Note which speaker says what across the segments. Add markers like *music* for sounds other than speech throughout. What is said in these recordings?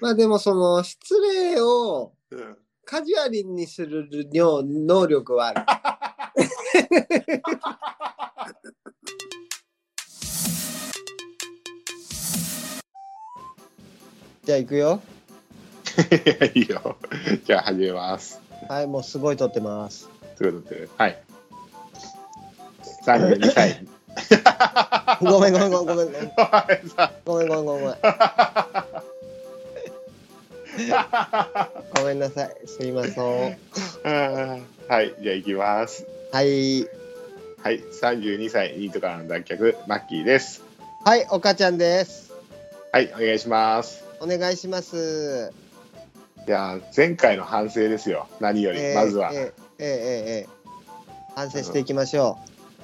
Speaker 1: まあでもその失礼を
Speaker 2: うん
Speaker 1: カジュアルにする量能力はある。じゃあ行くよ。
Speaker 2: いいよ。じゃあ始めます。
Speaker 1: はい、もうすごい撮ってます。
Speaker 2: ということで、はい。三二歳。
Speaker 1: ごめんごめんごめんごめんごめん
Speaker 2: はいさ
Speaker 1: ごめんごめんごめんごめんなさい。すいません。
Speaker 2: うんはい、じゃあ行きます。
Speaker 1: はい。
Speaker 2: はい、三十二歳ニートからの脱却マッキーです。
Speaker 1: はい、おかちゃんです。
Speaker 2: はい、お願いします。
Speaker 1: お願いします。
Speaker 2: いやー、前回の反省ですよ。何より、
Speaker 1: えー
Speaker 2: まずは
Speaker 1: えーえーえーえー反省していきましょ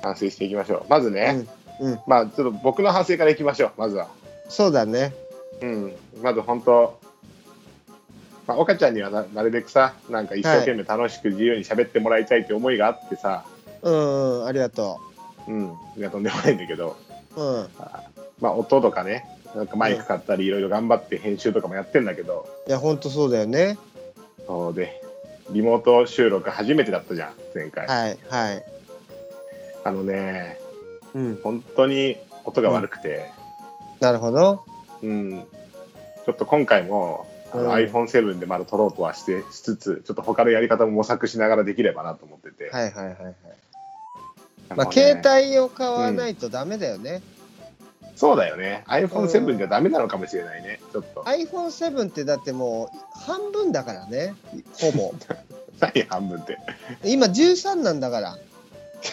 Speaker 2: 反省していきましょう。まず
Speaker 1: う。
Speaker 2: ね、
Speaker 1: うん、うん、
Speaker 2: まあちょっと僕の反省からいきましょう。まずは。
Speaker 1: そうだね。
Speaker 2: うん、まず本当、まあ、岡ちゃんにはななるべくさなんか一生懸命楽しく自由に喋ってもらいたいって思いがあってさ、
Speaker 1: うん、うん、ありがと
Speaker 2: うん、いやとんでもないんだけど、
Speaker 1: う。うん、
Speaker 2: まあ、音とかねなんかマイク買ったりいろいろ頑張って編集とかもやってんだけど、
Speaker 1: いや、本当そうだよね。
Speaker 2: そうでリモート収録初めてだったじゃん前回、
Speaker 1: はい、はい。
Speaker 2: あのね
Speaker 1: うん、
Speaker 2: 本当に音が悪くて、
Speaker 1: なるほど。
Speaker 2: うんちょっと今回もあの
Speaker 1: うん
Speaker 2: iPhone7 でまだ撮ろうとはしてしつつちょっと他のやり方も模索しながらできればなと思ってて、
Speaker 1: はい、はい、はい、はい。
Speaker 2: なん
Speaker 1: ま
Speaker 2: か
Speaker 1: あ、
Speaker 2: ね
Speaker 1: 携帯を買わないとダメだよね。
Speaker 2: そうだよね。
Speaker 1: う
Speaker 2: iPhone7
Speaker 1: ん
Speaker 2: じゃダメなのかもしれないね。ちょっと。
Speaker 1: iPhone7 ってだってもう半分だからね。ほ
Speaker 2: *laughs*
Speaker 1: ぼ。
Speaker 2: 何半分って。
Speaker 1: 今13なんだから。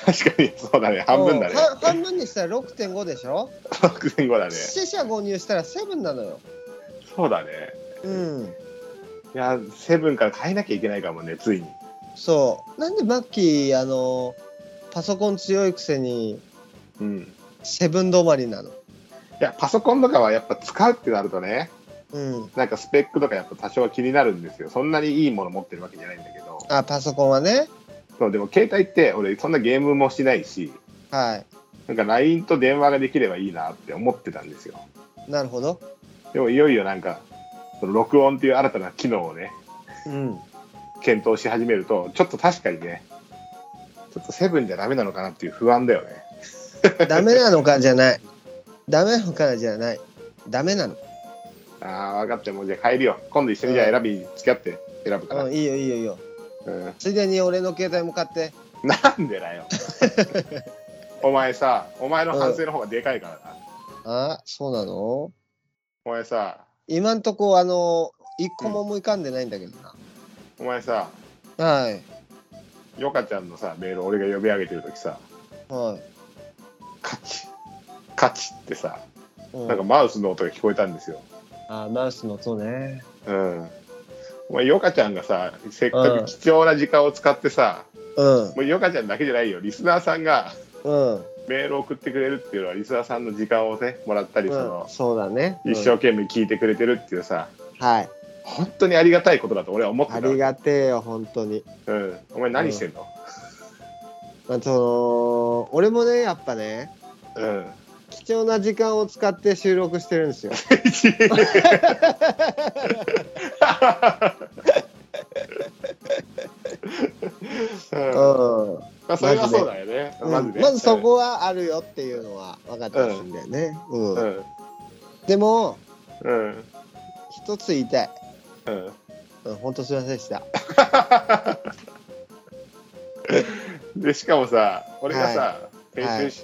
Speaker 2: 確かにそうだね。半分だ
Speaker 1: う
Speaker 2: ね
Speaker 1: ん。は半分にしたら6.5でしょ。
Speaker 2: 6年後だね。
Speaker 1: 四捨五入したら7なのよ。
Speaker 2: そうだね。
Speaker 1: うん。
Speaker 2: いや、7から変えなきゃいけないかもね、ついに。
Speaker 1: そう。なんでマッキー、あの、パソコン強いくせに、
Speaker 2: うん。い
Speaker 1: セブン止まりなの。
Speaker 2: や、パソコンとかはやっぱ使うってなるとね、
Speaker 1: うん。
Speaker 2: なんかスペックとかやっぱ多少は気になるんですよ。そんなにいいもの持ってるわけじゃないんだけど。
Speaker 1: あ、パソコンはね。
Speaker 2: そう、でも携帯って俺そんなゲームもしないし、
Speaker 1: は
Speaker 2: なんか LINE と電話ができればいいなって思ってたんですよ。
Speaker 1: い。なるほど。
Speaker 2: でもいよいよなんか、その録音っていう新たな機能をね、
Speaker 1: うん。
Speaker 2: 検討し始めるとちょっと確かにねちょっとセブンじゃダメなのかなっていう不安だよね
Speaker 1: ダメなのかじゃない。 *laughs* ダメなのかじゃない。ダメなの。
Speaker 2: ああ分かってもうじゃあ帰るよ今度一緒にじゃあ選び、付き合って選ぶから、
Speaker 1: うん、いいよいいよいいよ。
Speaker 2: うん
Speaker 1: ついでに俺の携帯も買って。
Speaker 2: なんで
Speaker 1: *laughs*
Speaker 2: だよお前さお前の反省の方がでかいからな、
Speaker 1: あ、そうなの
Speaker 2: お前さ
Speaker 1: 今んとこ、あの、一個も思い浮かんでないんだけどな。
Speaker 2: お前さ
Speaker 1: はい。
Speaker 2: ヨカちゃんのさメールを俺が呼び上げてる時さ
Speaker 1: はい。
Speaker 2: カチカチってさ
Speaker 1: うん
Speaker 2: なんかマウスの音が聞こえたんですよ
Speaker 1: あ、マウスの音ね。
Speaker 2: うんお前ヨカちゃんがさせっかく貴重な時間を使ってさ、
Speaker 1: うん。
Speaker 2: もうヨカちゃんだけじゃないよリスナーさんが
Speaker 1: うん。
Speaker 2: メールを送ってくれるっていうのはリスナーさんの時間をねもらったりそ
Speaker 1: うん
Speaker 2: の、
Speaker 1: そうだね。うん
Speaker 2: 一生懸命聞いてくれてるっていうさ
Speaker 1: はい。
Speaker 2: 本当にありがたいことだと俺は思ってた
Speaker 1: ありがてえよ、本当に。
Speaker 2: うん、お前何してんの、
Speaker 1: まあ、その、俺もね、やっぱね、
Speaker 2: うん、
Speaker 1: 貴重な時間を使って収録してるんですよ。
Speaker 2: うん
Speaker 1: *laughs* うん。
Speaker 2: まあ、それはそうだよね、
Speaker 1: うん
Speaker 2: まずね
Speaker 1: まずそ、こはあるよっていうのは分かってほしいんだよね。うん
Speaker 2: うん
Speaker 1: でも
Speaker 2: うん
Speaker 1: 一つ言いたい。
Speaker 2: うん、
Speaker 1: うん、本当すみませんでした。
Speaker 2: でしかもさ俺がさ、編集し、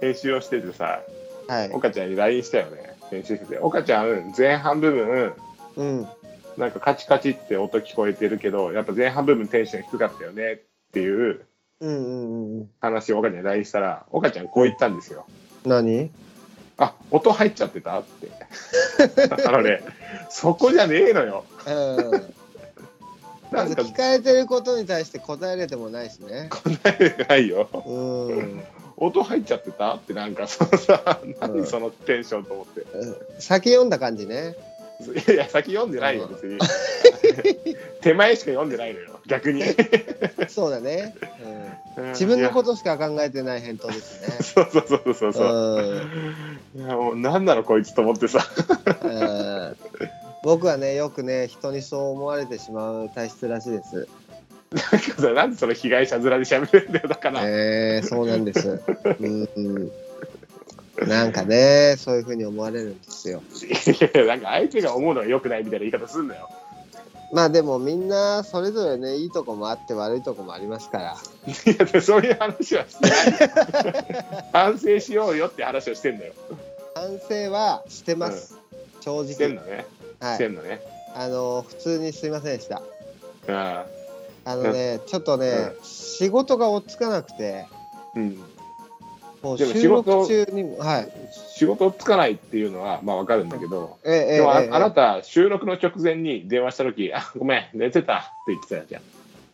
Speaker 2: 編集をしててさ
Speaker 1: はい。
Speaker 2: 岡ちゃんに LINE したよね編集してて岡ちゃん前半部分
Speaker 1: うん。
Speaker 2: なんかカチカチって音聞こえてるけどやっぱ前半部分テンション低かったよねっていう
Speaker 1: うんうんうん。
Speaker 2: 話を岡ちゃんに LINE したら岡ちゃんこう言ったんですよ
Speaker 1: 何
Speaker 2: あ音入っちゃってたってあのねそこじゃねえのよ
Speaker 1: うん。
Speaker 2: な
Speaker 1: ま
Speaker 2: ん
Speaker 1: ず
Speaker 2: か
Speaker 1: 聞かれてることに対して答えれてもないしね。
Speaker 2: ないよ
Speaker 1: *laughs* うん。うん
Speaker 2: 音入っちゃってたってなんかそのさ何そのテンションと思って
Speaker 1: 先読んだ感じね。
Speaker 2: いやいや先読んでないよ別に手前しか読んでないのよ逆に
Speaker 1: そうだね。うん、自分の
Speaker 2: と
Speaker 1: ことしか考えてない返答ですね。
Speaker 2: そうそうそうそう
Speaker 1: う
Speaker 2: そう、
Speaker 1: ん。
Speaker 2: いやもう何なのこいつと思ってさ
Speaker 1: うん僕はねよくね人にそう思われてしまう体質らしいです
Speaker 2: なんかさ *laughs* なんでその被害者面で喋るんだよだから、
Speaker 1: えー、そうなんです
Speaker 2: *laughs*
Speaker 1: うんうんなんかねそういうふうに思われるんですよ
Speaker 2: いやなんか相手が思うのは良くないみたいな言い方すんなよ
Speaker 1: まあでもみんなそれぞれねいいとこもあって悪いとこもありますから
Speaker 2: いやそういう話はして
Speaker 1: *laughs*
Speaker 2: ない反省しようよって話をしてんだよ
Speaker 1: 反省はしてます、正
Speaker 2: してん
Speaker 1: 直
Speaker 2: のね、
Speaker 1: は
Speaker 2: して
Speaker 1: い
Speaker 2: んのね
Speaker 1: あの普通にすいませんでした
Speaker 2: あ
Speaker 1: あのね、ちょっとね、仕事が追っつかなくて
Speaker 2: うん
Speaker 1: もう
Speaker 2: でも
Speaker 1: 収
Speaker 2: 仕事
Speaker 1: 録中にもはい
Speaker 2: 仕事つかないっていうのはまあわかるんだけど、
Speaker 1: ええええ
Speaker 2: でもあ,、
Speaker 1: ええ
Speaker 2: あなた収録の直前に電話した時「あごめん寝てた」って言ってたじゃん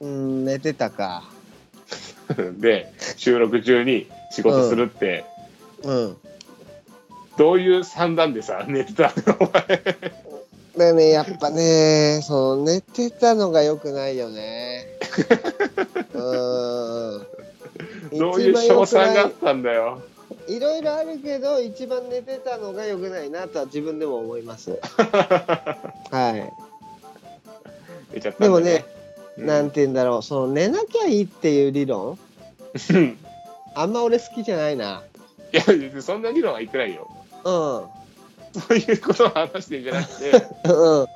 Speaker 1: うん寝てたか
Speaker 2: *laughs* で収録中に仕事するって、
Speaker 1: うん
Speaker 2: どういう算段でさ寝てたのお
Speaker 1: だ
Speaker 2: 前
Speaker 1: ねやっぱねその寝てたのが良くないよ
Speaker 2: *laughs*
Speaker 1: ねうーん
Speaker 2: どういう
Speaker 1: 一番良く
Speaker 2: 賞
Speaker 1: な
Speaker 2: 賛
Speaker 1: い
Speaker 2: があったんだよ
Speaker 1: いろいろあるけど一番寝てたのが良くないなとは自分でも思います
Speaker 2: *laughs*
Speaker 1: はい
Speaker 2: 寝ちゃったんだ
Speaker 1: で
Speaker 2: よ
Speaker 1: もね、
Speaker 2: うん
Speaker 1: なんて言うんだろうその寝なきゃいいっていう理論
Speaker 2: うん *laughs*
Speaker 1: あんま俺好きじゃないない
Speaker 2: や別にそんな議論は言ってないよ
Speaker 1: うん
Speaker 2: そういうことを話してんじゃなくて
Speaker 1: うん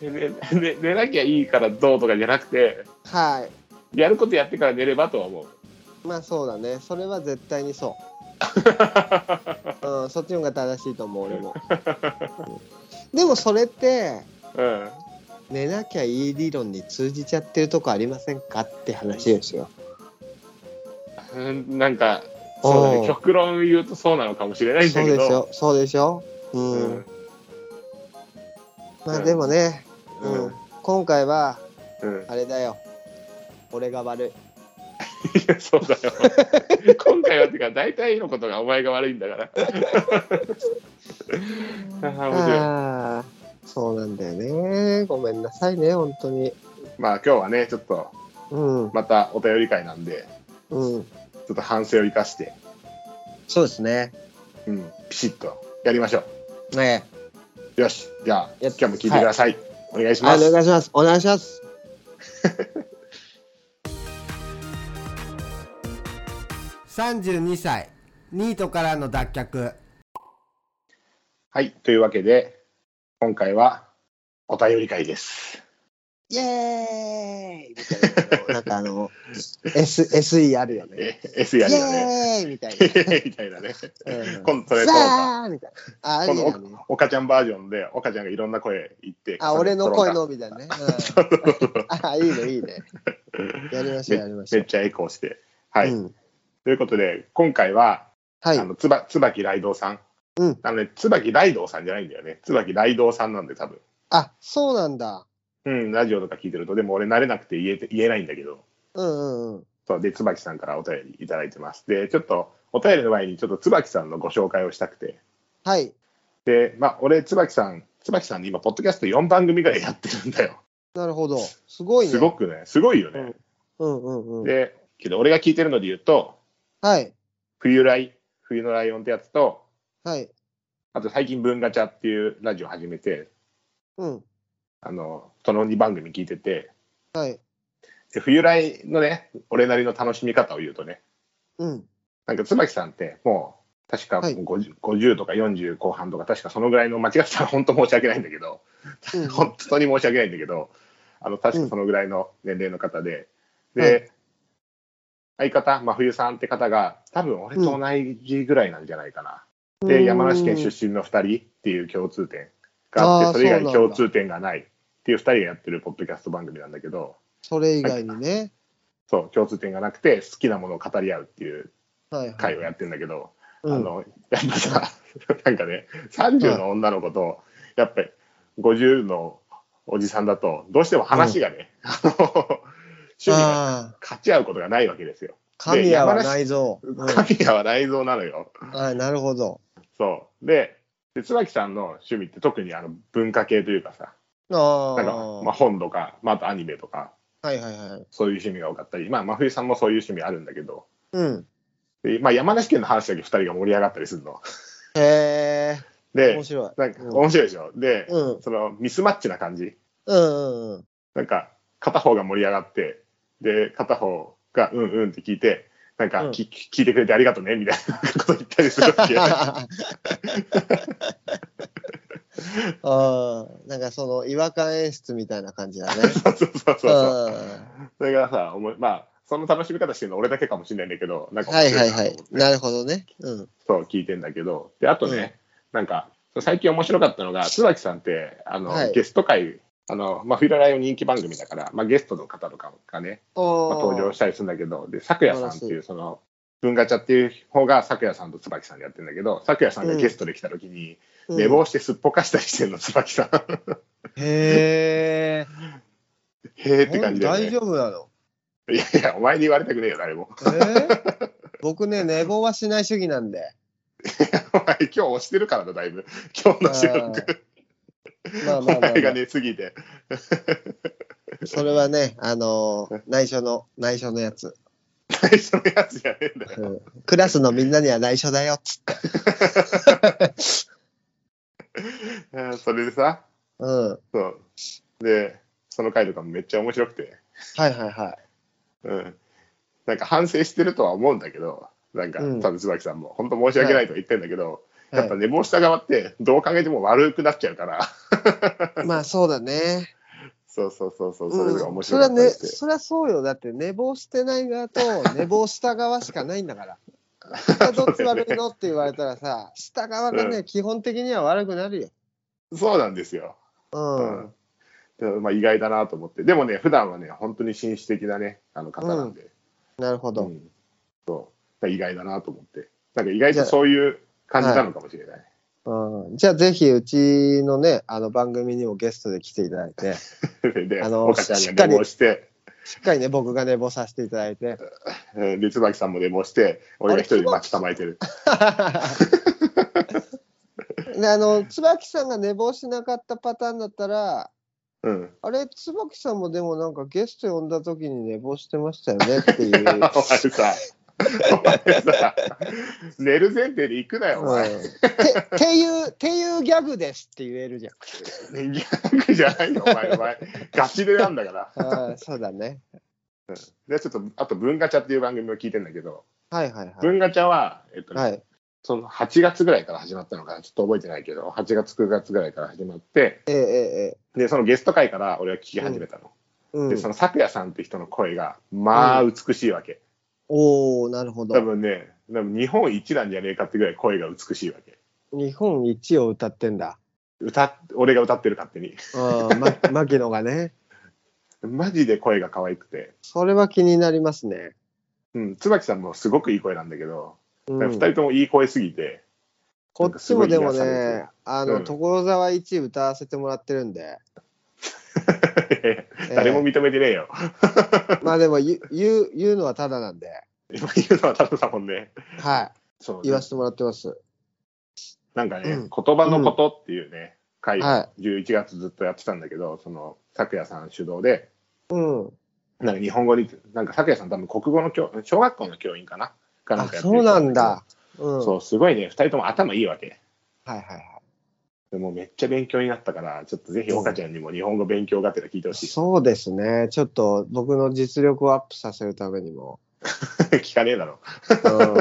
Speaker 2: ねね寝なきゃいいからどうとかじゃなくて
Speaker 1: はい
Speaker 2: やることやってから寝ればとは思う
Speaker 1: まあそうだねそれは絶対に
Speaker 2: *laughs*
Speaker 1: そう、うん、そっちの方が正しいと思う俺も、うんでもそれって
Speaker 2: うん
Speaker 1: 寝なきゃいい理論に通じちゃってるとこありませんかって話ですよ
Speaker 2: うんなんかそうだ
Speaker 1: おう
Speaker 2: ね極論言うとそうなのかもしれないん
Speaker 1: そ
Speaker 2: だ
Speaker 1: う
Speaker 2: け
Speaker 1: でし
Speaker 2: ど
Speaker 1: ょそうでしょう、
Speaker 2: うんん
Speaker 1: まあでもね、
Speaker 2: う
Speaker 1: うん
Speaker 2: ん
Speaker 1: 今回は
Speaker 2: うん
Speaker 1: あれだよ俺が悪い
Speaker 2: いやそうだよ今回はってか大体のことがお前が悪いんだからあー面白い
Speaker 1: ああそうなんだよねごめんなさいね本当に
Speaker 2: まあ今日はねちょっと
Speaker 1: うん
Speaker 2: またお便り会なんで
Speaker 1: うん
Speaker 2: ちょっと反省を生かして、
Speaker 1: そうですね
Speaker 2: うん、ピシッとやりましょ
Speaker 1: ね
Speaker 2: うよしじゃあ
Speaker 1: や
Speaker 2: 今
Speaker 1: っ
Speaker 2: 日も聞いてください、お願いしま
Speaker 1: はいお
Speaker 2: す
Speaker 1: 願いしますお願いします32歳ニートからの脱却
Speaker 2: はいというわけで今回はお便り会です
Speaker 1: イエーイみたいなのなんかあの S SE あるよね
Speaker 2: え S や
Speaker 1: イ
Speaker 2: りだね
Speaker 1: エーイみたい
Speaker 2: *laughs* みたいなね
Speaker 1: な、うん
Speaker 2: 今度それ撮ろうか
Speaker 1: さあみたいな。あ、あり
Speaker 2: 今
Speaker 1: だ
Speaker 2: 度
Speaker 1: ね。
Speaker 2: おかちゃんバージョンでおかちゃんがいろんな声言って
Speaker 1: あ、俺の声
Speaker 2: 撮ろ
Speaker 1: のみだね。うん
Speaker 2: うか
Speaker 1: あ、いいね、いいね。やりましょう、やりまし
Speaker 2: め
Speaker 1: ょ
Speaker 2: っ
Speaker 1: う。
Speaker 2: ちゃエコーしてはい、
Speaker 1: うん
Speaker 2: ということで今回は
Speaker 1: はい
Speaker 2: あ。のつば椿雷道さん、
Speaker 1: うん
Speaker 2: あのね椿雷道さんじゃないんだよね椿雷道さんなんで多分
Speaker 1: あ、そうなんだ。
Speaker 2: うんラジオとか聞いてるとでも俺慣れなくて言えて言えないんだけど
Speaker 1: うんうんうん。
Speaker 2: そうで椿さんからお便りいただいてますでちょっとお便りの前にちょっと椿さんのご紹介をしたくて
Speaker 1: はい。
Speaker 2: でまあ俺椿さん椿さんで今ポッドキャスト4番組ぐらいやってるんだよ
Speaker 1: なるほど。すごいね。
Speaker 2: すごくねすごいよね、
Speaker 1: うんうんうん。
Speaker 2: でけど俺が聞いてるので言うと
Speaker 1: はい。
Speaker 2: 冬ライ冬のライオンってやつと
Speaker 1: はい。
Speaker 2: あと最近文ガチャっていうラジオ始めて
Speaker 1: うん。
Speaker 2: あのその2番組聞いてて
Speaker 1: はい。
Speaker 2: で冬来のね俺なりの楽しみ方を言うとね
Speaker 1: うん。
Speaker 2: なんか椿さんってもう確か
Speaker 1: はい
Speaker 2: 50,、50とか40後半とか確かそのぐらいの間違ってたら本当申し訳ないんだけど、
Speaker 1: うん
Speaker 2: 本当に申し訳ないんだけどあの確かそのぐらいの年齢の方で、
Speaker 1: うん
Speaker 2: で、相方真冬さんって方が多分俺と同じぐらいなんじゃないかな、で山梨県出身の2人っていう共通点があ
Speaker 1: あ
Speaker 2: っ
Speaker 1: ー
Speaker 2: てそれ以外
Speaker 1: そ
Speaker 2: に
Speaker 1: うなんだ
Speaker 2: 共通点がないっていう2人がやってるポッドキャスト番組なんだけど。
Speaker 1: それ以外にね。
Speaker 2: そう共通点がなくて好きなものを語り合うっていう
Speaker 1: はい。
Speaker 2: 会をやってんだけど、
Speaker 1: う
Speaker 2: あ
Speaker 1: ん。
Speaker 2: のやっぱさ *laughs* なんかね30の女の子とやっぱり50のおじさんだとどうしても話がね、あの趣味が
Speaker 1: ああ、
Speaker 2: 勝ち合うことがないわけですよ。
Speaker 1: 神谷は内臓。うん
Speaker 2: 神谷は内臓なのよ。
Speaker 1: あなるほど。
Speaker 2: そうでで椿さんの趣味って特にあの文化系というかさ
Speaker 1: あ
Speaker 2: なんか
Speaker 1: あ。
Speaker 2: まあ本とか、まあ、あとアニメとか
Speaker 1: はいはいはい。
Speaker 2: そういう趣味が多かったり、まあ、真冬さんもそういう趣味あるんだけど、
Speaker 1: うん。
Speaker 2: でまあ、山梨県の話だけ2人が盛り上がったりするの。
Speaker 1: へえ。
Speaker 2: で
Speaker 1: 面、白い。
Speaker 2: なんか
Speaker 1: うん
Speaker 2: 面白いでしょ。で、
Speaker 1: うん
Speaker 2: そのミスマッチな感じ。
Speaker 1: うんうん
Speaker 2: なんか、片方が盛り上がって、で、片方がうんうんって聞いて、なんか、
Speaker 1: うん
Speaker 2: き聞いてくれてありがとうね、みたいなこと言ったりするわけ。
Speaker 1: *laughs*
Speaker 2: *laughs*
Speaker 1: ああーなんかその違和感演出みたいな感じだね。
Speaker 2: そうそうそう
Speaker 1: う
Speaker 2: そ
Speaker 1: ん
Speaker 2: う。それがさ、おもまあ、その楽しみ方してるの俺だけかもしれないんだけど、なんか
Speaker 1: は
Speaker 2: 面
Speaker 1: い
Speaker 2: 白
Speaker 1: はい
Speaker 2: いなと
Speaker 1: は
Speaker 2: 思っ
Speaker 1: い
Speaker 2: て、。
Speaker 1: なるほどね。うん。
Speaker 2: そう、聞いてんだけど、で、あとね、なんか、最近面白かったのが、椿さんって、あの、
Speaker 1: はい
Speaker 2: ゲスト会、あの、まあ、フィラライオ人気番組だから、まあ、ゲストの方とかがね、まあ、
Speaker 1: お
Speaker 2: 登場したりするんだけど、で、さくやさんっていう、その、文ガチャっていう方が、さくやさんと椿さんでやってるんだけど、さくやさんがゲストで来た時に、寝坊してすっぽかしたりしてるの、椿さん。
Speaker 1: へ
Speaker 2: へー
Speaker 1: え。
Speaker 2: *laughs* って感じで、ね。
Speaker 1: 大丈夫なの
Speaker 2: いやいや、お前に言われたくねえよ、誰も。
Speaker 1: えー *laughs* 僕ね、寝坊はしない主義なんで。
Speaker 2: お前、今日押してるからだ、だいぶ。今日の収録。
Speaker 1: まあまあ
Speaker 2: お
Speaker 1: まあ、
Speaker 2: 前
Speaker 1: ま
Speaker 2: が
Speaker 1: あ、
Speaker 2: 寝すぎて。
Speaker 1: それはね、あのー内緒の、内緒のやつ、
Speaker 2: 最初のやつじゃねえんだよ。
Speaker 1: うんクラスのみんなには内緒だよっつって。
Speaker 2: うんそれでさ、
Speaker 1: うん。はい
Speaker 2: そう。で、その回とかもめっちゃ面白くて、
Speaker 1: はいはい。
Speaker 2: うん。なんか反省してるとは思うんだけど、なんか、
Speaker 1: うん
Speaker 2: 多分椿さんも、本当申し訳ないとは言ってんだけど、やっぱ
Speaker 1: は
Speaker 2: 寝坊した側って、どう考えても悪くなっちゃうから、 *laughs*
Speaker 1: い、まあそうだね。
Speaker 2: そうそうそうそう、それが
Speaker 1: うん
Speaker 2: 面
Speaker 1: そ
Speaker 2: 白
Speaker 1: れは
Speaker 2: かったり
Speaker 1: ね、
Speaker 2: して。
Speaker 1: それはそうよ。だって寝坊してない側
Speaker 2: *laughs*
Speaker 1: と寝坊した側しかないんだから。どっち悪いのって言われたらさ、下側がね、
Speaker 2: う
Speaker 1: 基本的には悪くなるよ。
Speaker 2: そうなんですよ。う
Speaker 1: うん。
Speaker 2: ん。でもまあ、意外だなと思って。でもね、普段はね、本当に紳士的なね、あの方なんで。
Speaker 1: なるほど。
Speaker 2: うんそう意外だなと思って。なんか意外とそういう感じなのかもしれない。
Speaker 1: うん、じゃあぜひうちのね、あの番組にもゲストで来ていただい
Speaker 2: *laughs*
Speaker 1: て、
Speaker 2: で、
Speaker 1: あの
Speaker 2: 岡ちゃんが寝坊して、
Speaker 1: しっかりね、僕が寝坊させていただいて。
Speaker 2: うんで椿さんも寝坊して、俺が一人で待ち構えてる。
Speaker 1: で、あの、椿さんが寝坊しなかったパターンだったら、
Speaker 2: うん。 *laughs*
Speaker 1: あれ、椿さんもでもなんかゲスト呼んだ時に寝坊してましたよねってい
Speaker 2: お
Speaker 1: う。
Speaker 2: 前さ、お前さ、寝る前提で行くな *laughs* よ、お前。
Speaker 1: うんてていう、ていうギャグですって言えるじゃん。
Speaker 2: ギャグじゃないよ、お前、お前。ガチでなんだから。
Speaker 1: あーそうだね。
Speaker 2: で、ちょっと、あと、文ガチャっていう番組を聞いてんだけど、
Speaker 1: はいはいはい。
Speaker 2: 文ガチャは、えっとね、
Speaker 1: はい。
Speaker 2: その8月ぐらいから始まったのかな、ちょっと覚えてないけど、8月、9月ぐらいから始まって、
Speaker 1: ええええええ
Speaker 2: で、そのゲスト会から俺は聞き始めたの。
Speaker 1: う
Speaker 2: で、そ
Speaker 1: ん、
Speaker 2: の咲夜さんって人の声が、まあ、美しいわけ。
Speaker 1: おおなるほ
Speaker 2: 多
Speaker 1: ど。
Speaker 2: 分ね、多分日本一なんじゃねえかってぐらい声が美しいわけ。
Speaker 1: 日本一を歌ってんだ。
Speaker 2: 歌っ俺が歌ってる勝手に。
Speaker 1: うん、ま、
Speaker 2: *laughs*
Speaker 1: 牧野がね。
Speaker 2: マジで声が可愛くて。
Speaker 1: それは気になりますね。
Speaker 2: うん、椿さんもすごくいい声なんだけど、
Speaker 1: う
Speaker 2: 二、
Speaker 1: ん、
Speaker 2: 人ともいい声すぎて、
Speaker 1: こっちもでも
Speaker 2: なんかすごい癒され
Speaker 1: ね、あの、
Speaker 2: うん
Speaker 1: 所沢一歌わせてもらってるんで。
Speaker 2: *laughs* 誰も
Speaker 1: え
Speaker 2: 認めてねえよ。
Speaker 1: えまあでも言う言う言うのはただなんで、
Speaker 2: 今言うのはただだもんね。
Speaker 1: は
Speaker 2: そうね
Speaker 1: い、言わせてもらってます。
Speaker 2: なんかね、
Speaker 1: うん
Speaker 2: 言葉のことっていうね、回、
Speaker 1: は
Speaker 2: 11月ずっとやってたんだけど、その、咲夜さん主導で、
Speaker 1: うん。
Speaker 2: なんか日本語に、なんか咲夜さん多分国語の教、小学校の教員かなかなん
Speaker 1: あ、
Speaker 2: かやってる
Speaker 1: そう
Speaker 2: 人
Speaker 1: なんだ。うん。
Speaker 2: そう、すごいね、二人とも頭いいわけ。
Speaker 1: はいはいはい。
Speaker 2: でもめっちゃ勉強になったから、ちょっとぜひ
Speaker 1: うん
Speaker 2: 岡ちゃんにも日本語勉強がてら聞いてほしい。 *laughs*
Speaker 1: そうですね。ちょっと僕の実力をアップさせるためにも、
Speaker 2: 聞かねえだろ。
Speaker 1: うん、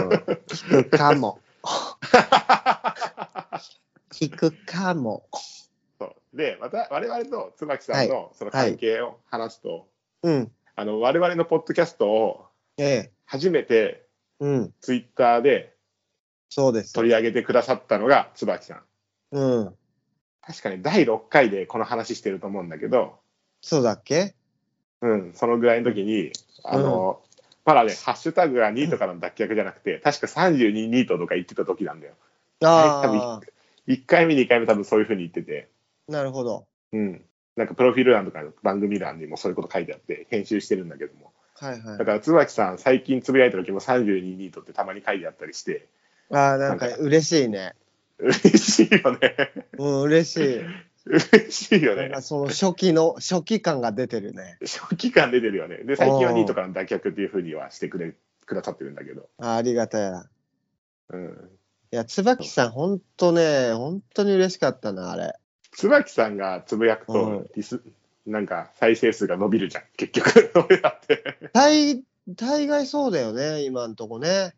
Speaker 1: 聞くか
Speaker 2: *laughs*
Speaker 1: も。聞くかも。
Speaker 2: そうで、また我々と椿さんのその関係を話すと、
Speaker 1: うん。
Speaker 2: あの我々のポッドキャストを
Speaker 1: ええ。
Speaker 2: 初めて
Speaker 1: うん。
Speaker 2: ツイッターで
Speaker 1: そうです。
Speaker 2: 取り上げてくださったのが椿さん。
Speaker 1: うん。
Speaker 2: 確かに第6回でこの話してると思うんだけど、
Speaker 1: そうだっけ
Speaker 2: うん、そのぐらいの時に、あの、まだね、ハッシュタグがニートからの脱却じゃなくて、確か32ニートとか言ってた時なんだよ。
Speaker 1: ああ、
Speaker 2: 1回目、2回目多分そういうふうに言ってて、
Speaker 1: なるほど。
Speaker 2: うん。なんかプロフィール欄とかの番組欄にもそういうこと書いてあって、編集してるんだけども。
Speaker 1: はいは
Speaker 2: だから、椿さん、最近つぶやいた時も32ニートってたまに書いてあったりして、
Speaker 1: い。ああ、なんか嬉しいね。
Speaker 2: 嬉しいよね。
Speaker 1: うん、嬉し
Speaker 2: *laughs*
Speaker 1: い。
Speaker 2: 嬉しいよ
Speaker 1: なん
Speaker 2: ね
Speaker 1: か。その初期の、初期感が出てるね。
Speaker 2: 初期感出てるよね。で、最近はニートからの脱却っていうふうにはしてくれ、くださってるんだけど。
Speaker 1: あーありがたや。
Speaker 2: うん。
Speaker 1: いや、椿さん、ほんとね、ほんとに嬉しかったな、あれ。
Speaker 2: 椿さんがつぶやくと、
Speaker 1: うん
Speaker 2: ディスなんか再生数が伸びるじゃん結局 *laughs* 俺だって
Speaker 1: 大、大概そうだよね、今んとこね。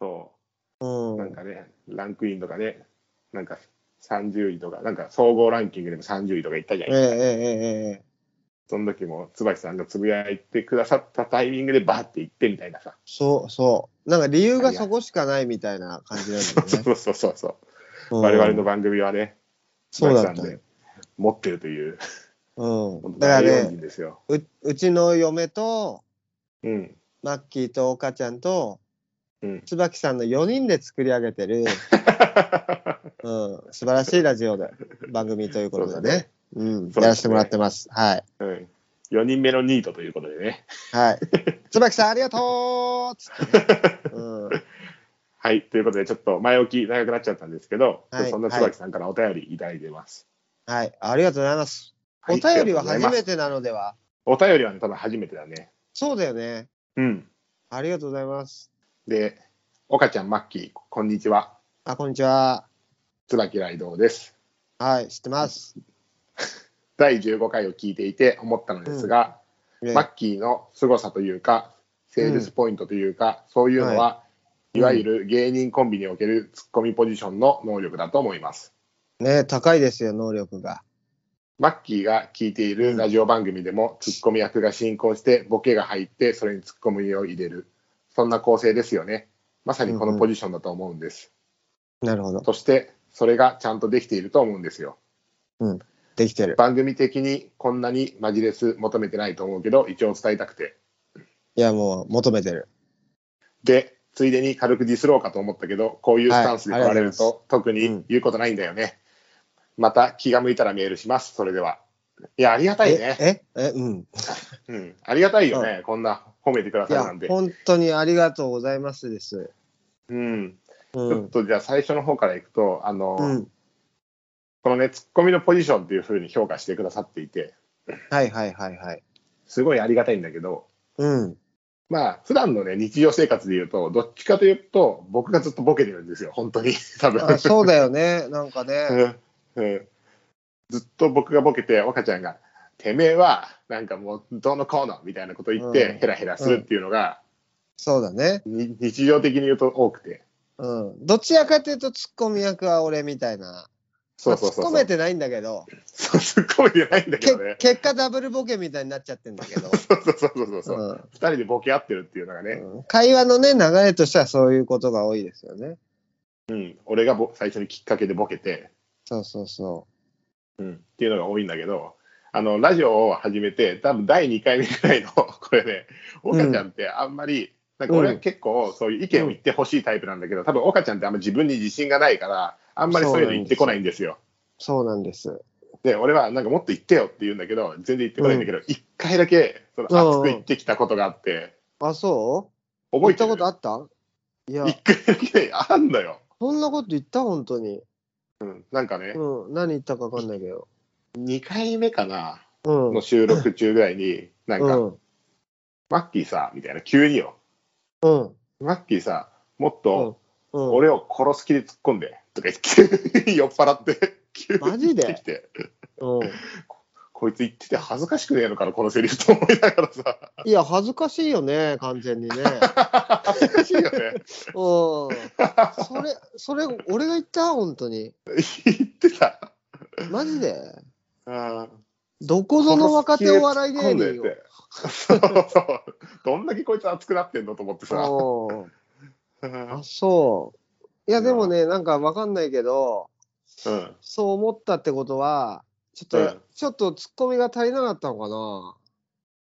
Speaker 2: そうなん
Speaker 1: ん。
Speaker 2: かね、ランクインとかね、なんか30位とか、なんか総合ランキングでも30位とかいったじゃ
Speaker 1: え
Speaker 2: ん。
Speaker 1: えええええ。
Speaker 2: その時も椿さんがつぶやいてくださったタイミングでバーって行ってみたいなさ。
Speaker 1: そうそう。なんか理由がそこしかないみたいな感じなんだよね。
Speaker 2: そうそうそう *laughs* そう。
Speaker 1: うん
Speaker 2: 我々の番組はね、
Speaker 1: そうだっ
Speaker 2: 椿
Speaker 1: た
Speaker 2: さん
Speaker 1: よ
Speaker 2: で。持ってるという、
Speaker 1: うん。だから
Speaker 2: 大恩
Speaker 1: ね
Speaker 2: 人ですよ。
Speaker 1: う、うちの嫁と、
Speaker 2: うん。
Speaker 1: マッキーと岡ちゃんと、
Speaker 2: うん。
Speaker 1: 椿さんの4人で作り上げて
Speaker 2: *laughs*
Speaker 1: る、うん、素晴らしいラジオで、番組ということでね。うん、
Speaker 2: そうですね
Speaker 1: やらせてもらってます。はい。
Speaker 2: うん。4人目のニートということでね。 *laughs*
Speaker 1: はい。椿さん、ありがとうつって、ね。うん。
Speaker 2: はい。ということで、ちょっと前置き長くなっちゃったんですけど、
Speaker 1: はい
Speaker 2: そんな椿さんからお便りいただいてます。
Speaker 1: はい。ありがとうございます。
Speaker 2: は
Speaker 1: お
Speaker 2: い
Speaker 1: 便りは初め
Speaker 2: て。
Speaker 1: てなのでは
Speaker 2: お便りはね、多分初めてだね。
Speaker 1: そうだよね。
Speaker 2: うん。
Speaker 1: ありがとうございます。
Speaker 2: で、岡ちゃん、マッキー、こんにちは。
Speaker 1: あ、こんにちは。
Speaker 2: 椿雷道です。
Speaker 1: はい、知ってます。
Speaker 2: 第15回を聞いていて思ったのですが、
Speaker 1: ね
Speaker 2: マッキーの凄さというか、セールスポイントというか、そういうのは、い、わゆる芸人コンビにおけるツッコミポジションの能力だと思います。
Speaker 1: ね、高いですよ、能力が。
Speaker 2: マッキーが聞いているラジオ番組でも、ツッコミ役が進行して、ボケが入って、それにツッコミを入れる。そんな構成ですよね。まさにこのポジションだと思うんです。
Speaker 1: なるほど。
Speaker 2: そして、それがちゃんとできていると思うんですよ。
Speaker 1: うん。できてる。
Speaker 2: 番組的にこんなにマジレス求めてないと思うけど一応伝えたくて
Speaker 1: いや、もう求めてる。
Speaker 2: でついでに軽くディスろうかと思ったけどこういうスタンスで来られると、
Speaker 1: はい
Speaker 2: 特
Speaker 1: う
Speaker 2: に
Speaker 1: ん
Speaker 2: 言うことないんだよね、また気が向いたらメールしますそれではいやありがたいね
Speaker 1: え、え、え、うん。
Speaker 2: うん、ありがたいよね、こんな褒めてくだ
Speaker 1: い
Speaker 2: さるな
Speaker 1: や
Speaker 2: んで、
Speaker 1: 本当にありがとうございますです。
Speaker 2: *laughs* うん、
Speaker 1: う
Speaker 2: ちょっ
Speaker 1: ん。
Speaker 2: とじゃあ最初の方からいくとあの、
Speaker 1: うん。
Speaker 2: このねツッコミのポジションっていう風に評価してくださっていて
Speaker 1: はいはいはいはい。
Speaker 2: すごいありがたいんだけど *laughs*
Speaker 1: うん。
Speaker 2: まあ普段のね日常生活で言うとどっちかというと僕がずっとボケてるんですよ本当に *laughs* 多分
Speaker 1: あそうだよね。なんかね。
Speaker 2: *laughs* うんうんずっと僕がボケて若ちゃんが「てめえはなんかもうどうのこうの」みたいなこと言って、
Speaker 1: うん
Speaker 2: ヘラヘラするっていうのが、
Speaker 1: そうだね。
Speaker 2: に日常的に言うと多くて
Speaker 1: うん。どちらかというと、ツッコミ役は俺みたいな。
Speaker 2: そうそうそう
Speaker 1: まあ突っ込
Speaker 2: そ
Speaker 1: め
Speaker 2: う
Speaker 1: てないんだけど、
Speaker 2: そう突っ込めてないんだけ
Speaker 1: け
Speaker 2: どね
Speaker 1: 結果ダブルボケみたいになっちゃってんだけど。
Speaker 2: そうそうそうそうそう、
Speaker 1: うん
Speaker 2: 2人でボケ合ってるっていうのがね、
Speaker 1: うん会話のね、流れとしてはそういうことが多いですよね。
Speaker 2: うん、俺がボ最初にきっかけでボケて、
Speaker 1: そうそうそ
Speaker 2: うん、っていうのが多いんだけどあのラジオを始めて多分第2回目ぐらいの *laughs* これね岡ちゃんってあんまり、なんか俺は結構そういう意見を言ってほしいタイプなんだけど多分岡ちゃんってあんまり自分に自信がないからあんまりそういうの言ってこないんですよ。
Speaker 1: う。そうなんです。
Speaker 2: で俺はなんかもっと言ってよって言うんだけど全然言ってこないんだけど、一1回だけその
Speaker 1: うん
Speaker 2: 熱く言ってきたことがあって
Speaker 1: あ、そう
Speaker 2: 覚
Speaker 1: 言っ
Speaker 2: えて
Speaker 1: た
Speaker 2: る
Speaker 1: ことあったいや、
Speaker 2: 1回だけあんのよ。
Speaker 1: そんなこと言った、本当に。
Speaker 2: うんなんかね、
Speaker 1: うん。何言ったか分かんないけど。
Speaker 2: 2回目かな
Speaker 1: うん。
Speaker 2: の収録中ぐらいになんか、
Speaker 1: うん。
Speaker 2: マッキーさみたいな急によ
Speaker 1: うん。
Speaker 2: マッキーさもっ
Speaker 1: う
Speaker 2: と、
Speaker 1: ん。うん
Speaker 2: 俺を殺す気で突っ込んでとか言って *laughs* 急に酔っ払って急に
Speaker 1: *laughs* マジで
Speaker 2: 言ってきて
Speaker 1: うん。
Speaker 2: こいつ言ってて恥ずかしくねえのかなこのセリフと思いながらさ
Speaker 1: いや、恥ずかしいよね、完全
Speaker 2: *laughs*
Speaker 1: にね。うん。
Speaker 2: 恥ずかしいよね *laughs*
Speaker 1: それ、それ、俺が言った本当に。
Speaker 2: 言ってた
Speaker 1: マジで。
Speaker 2: うん
Speaker 1: どこぞの若手お笑い
Speaker 2: こ
Speaker 1: 芸
Speaker 2: の隙
Speaker 1: 人
Speaker 2: 突っ込ん
Speaker 1: よ
Speaker 2: でってそうそうどんだけこいつ熱くなってんのと思ってさ
Speaker 1: うん。
Speaker 2: うん
Speaker 1: あ、そう。いや、でもね、なんかわかんないけど、
Speaker 2: うん
Speaker 1: そう思ったってことは、ちょっと、
Speaker 2: うん
Speaker 1: ちょっとツッコミが足りなかったのかな。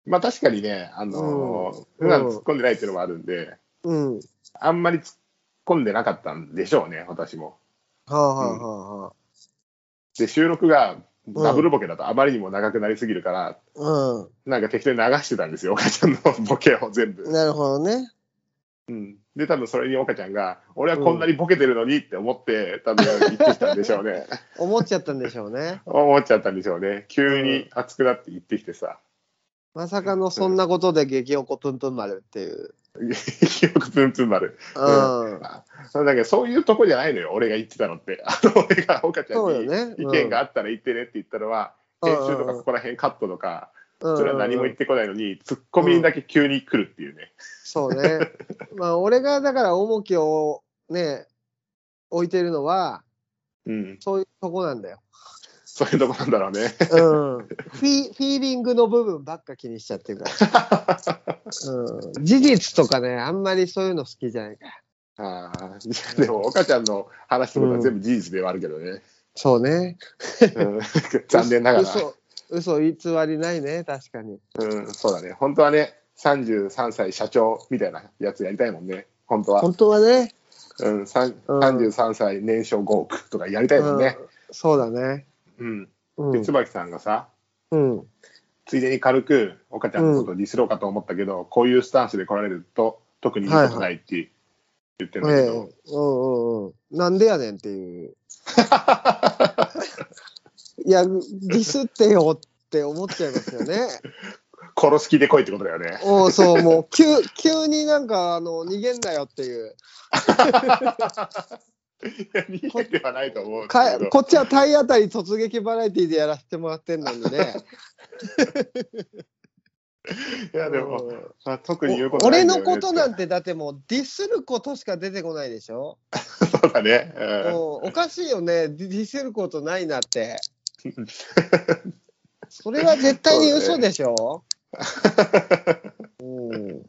Speaker 2: まあ確かにねあのー
Speaker 1: うん
Speaker 2: 普段突っ込んでないっていうのもあるんで
Speaker 1: うん。
Speaker 2: あんまり突っ込んでなかったんでしょうね私も
Speaker 1: はあ、はあは
Speaker 2: で収録がダブルボケだとあまりにも長くなりすぎるから、
Speaker 1: あはあ、
Speaker 2: なんか適当に流してたんですよ、岡ちゃんのボケを全
Speaker 1: うん。
Speaker 2: 部。
Speaker 1: なるほどね。
Speaker 2: うん、で、多分それに岡ちゃんが、俺はこんなにボケてるのにって思って、多分言ってきたんでしょうね。 *laughs*
Speaker 1: 思っちゃったんでしょうね。
Speaker 2: 思っちゃったんでしょうね。急に熱くなって言ってきてさ。 *laughs*
Speaker 1: まさかのそんなことで激おこぷんぷん丸っていう。
Speaker 2: 記憶ツンツンなる。
Speaker 1: うん。
Speaker 2: それだけどそういうとこじゃないのよ、俺が言ってたのって。あの俺が岡ちゃん
Speaker 1: そうよ
Speaker 2: に
Speaker 1: ね。
Speaker 2: 意見があ
Speaker 1: っ
Speaker 2: ったら言ってねって言ったのは、
Speaker 1: うん
Speaker 2: 編集とかここら辺カットとか、
Speaker 1: た
Speaker 2: それは何も言ってこないのに、ツッコミだけ急に来るっていうね。
Speaker 1: そうね。まあ、俺がだから重きをね、置いてるのは、
Speaker 2: うん、
Speaker 1: そういうとこなんだよ。
Speaker 2: そういうとこなんだろ
Speaker 1: *laughs*
Speaker 2: うね。
Speaker 1: うん。フィフィーリングの部分ばっか気にしちゃってるから。うん。事実とかね、あんまりそういうの好きじゃないから。
Speaker 2: ああ、いやでも岡ちゃんの話とかは全部事実ではあるけどね。
Speaker 1: そうね。
Speaker 2: うん *laughs* 残念ながら。
Speaker 1: 嘘、嘘偽りないね、確かに。
Speaker 2: うん、そうだね。本当はね、33歳社長みたいなやつやりたいもんね。本当は。
Speaker 1: 本当はね。
Speaker 2: うん、さん
Speaker 1: うん
Speaker 2: 33歳年商5億とかやりたいもんね。
Speaker 1: うんそうだね。
Speaker 2: うん。
Speaker 1: う
Speaker 2: で、
Speaker 1: ん。
Speaker 2: 椿さんがさ、
Speaker 1: うん。
Speaker 2: ついでに軽く岡ちゃんのことをディスろうかと思ったけど、こういうスタンスで来られると特にいいことないって言ってるんだけ
Speaker 1: ええ、
Speaker 2: ど、
Speaker 1: うんうんうん。なんでやねんっていう。 *laughs* いや、ディスってよって思っちゃいますよ
Speaker 2: *laughs*
Speaker 1: ね。
Speaker 2: 殺す気で来いってことだよね。
Speaker 1: おうそう、もう、急、急になんか、あの、逃げんなよっていう。
Speaker 2: *laughs* いや逃げてはないと思うんだ
Speaker 1: か
Speaker 2: けど
Speaker 1: こっちは体当たり突撃バラエティでやらせてもらってんのにね。
Speaker 2: いやでも、
Speaker 1: うん
Speaker 2: まあ、 *laughs* 特に言うことな
Speaker 1: 俺
Speaker 2: いんだよ
Speaker 1: の
Speaker 2: ね
Speaker 1: ことなんて、だってもう、ディスることしか出てこないでしょ。
Speaker 2: そうだね、
Speaker 1: うんおかしいよね、ディディスることないな
Speaker 2: *laughs*
Speaker 1: って。それは絶対に嘘でしょ。うん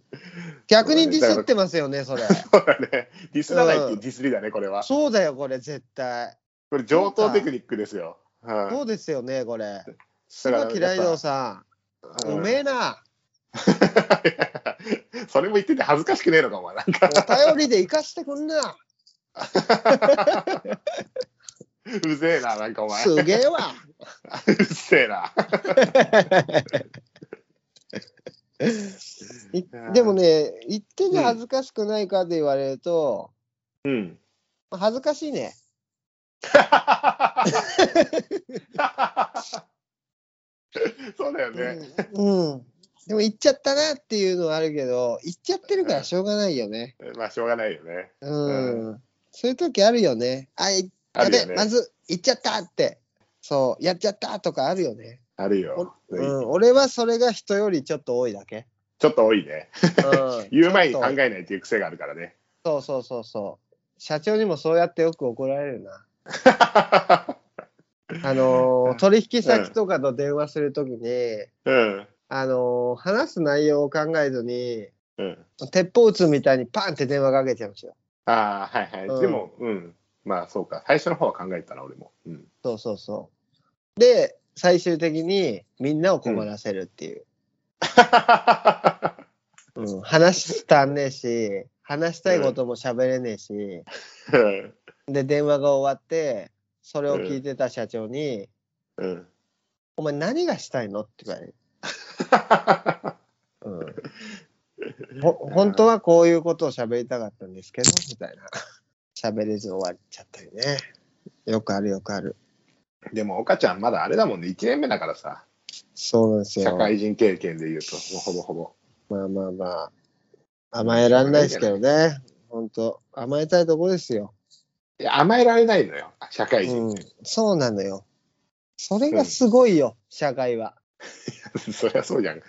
Speaker 1: 逆にディスってますよね、それ。
Speaker 2: うん、そうだねディスらないっていうディスりだねこれは
Speaker 1: そうだよ、これ、絶対。
Speaker 2: これ上等テクニックですよ、うん
Speaker 1: そうですよね、これ。
Speaker 2: だから
Speaker 1: 菅木雷道さん、
Speaker 2: うん
Speaker 1: うめえな。
Speaker 2: それも言ってて恥ずかしくねえのかお前なんか
Speaker 1: お便りで生かしてくんな。
Speaker 2: うるせえななん *laughs* かお前
Speaker 1: すげえわ。
Speaker 2: うるせえな
Speaker 1: い
Speaker 2: *laughs* うん
Speaker 1: でもね、言ってて恥ずかしくないかって言われると、 *laughs*
Speaker 2: うん
Speaker 1: 恥ずかしいね。
Speaker 2: そうだよね、
Speaker 1: うん。うんでも言っちゃったなっていうのはあるけど、言っちゃってるからしょうがないよね。
Speaker 2: まあしょうがないよね
Speaker 1: うん。そういう時あるよね。あ、い
Speaker 2: あ
Speaker 1: や
Speaker 2: る
Speaker 1: べ、
Speaker 2: よね
Speaker 1: まず言っちゃったって。そう、やっちゃったとかあるよね。
Speaker 2: あるよ、
Speaker 1: うん、俺はそれが人よりちょっと多いだけ。
Speaker 2: ちょっと多いね
Speaker 1: うん
Speaker 2: *laughs* 言う前に
Speaker 1: ちょ
Speaker 2: 考
Speaker 1: っと
Speaker 2: えないっていう癖があるから
Speaker 1: *laughs*
Speaker 2: ね
Speaker 1: そうそうそうそう。社長にもそうやってよく怒られるな。あ
Speaker 2: *laughs*
Speaker 1: のー取引先とかと電話するときに、
Speaker 2: うん
Speaker 1: あのー話す内容を考えずに、
Speaker 2: うん
Speaker 1: 鉄砲撃つみたいにパンって電話かけちゃうんですよ。
Speaker 2: ああはいはい、
Speaker 1: うん
Speaker 2: でもうんまあそうか最初の方は考えてたな俺も、 *laughs* うん、
Speaker 1: そうそうそう。で、最終的にみんなを困らせるっていう。うん話したんねえし、話したいことも喋れねえし、で、電話が終わって、それを聞いてた社長に、
Speaker 2: うん
Speaker 1: お前何がしたいのって言われる。うん、ほ本当はこういうことを喋りたかったんですけどみたいな喋れず終わっちゃったりねよくあるよくある
Speaker 2: でも岡ちゃんまだあれだもんね1年目だからさ
Speaker 1: そうなんですよ
Speaker 2: 社会人経験でいうともうほぼほぼ
Speaker 1: まあまあまあ甘えられないですけどね本当甘えたいとこですよ、
Speaker 2: いや甘えられないのよ社
Speaker 1: う
Speaker 2: 会人、
Speaker 1: ん、そうなのよそれがすごいよ、社会は、
Speaker 2: *laughs* そりゃそうじゃん
Speaker 1: うん、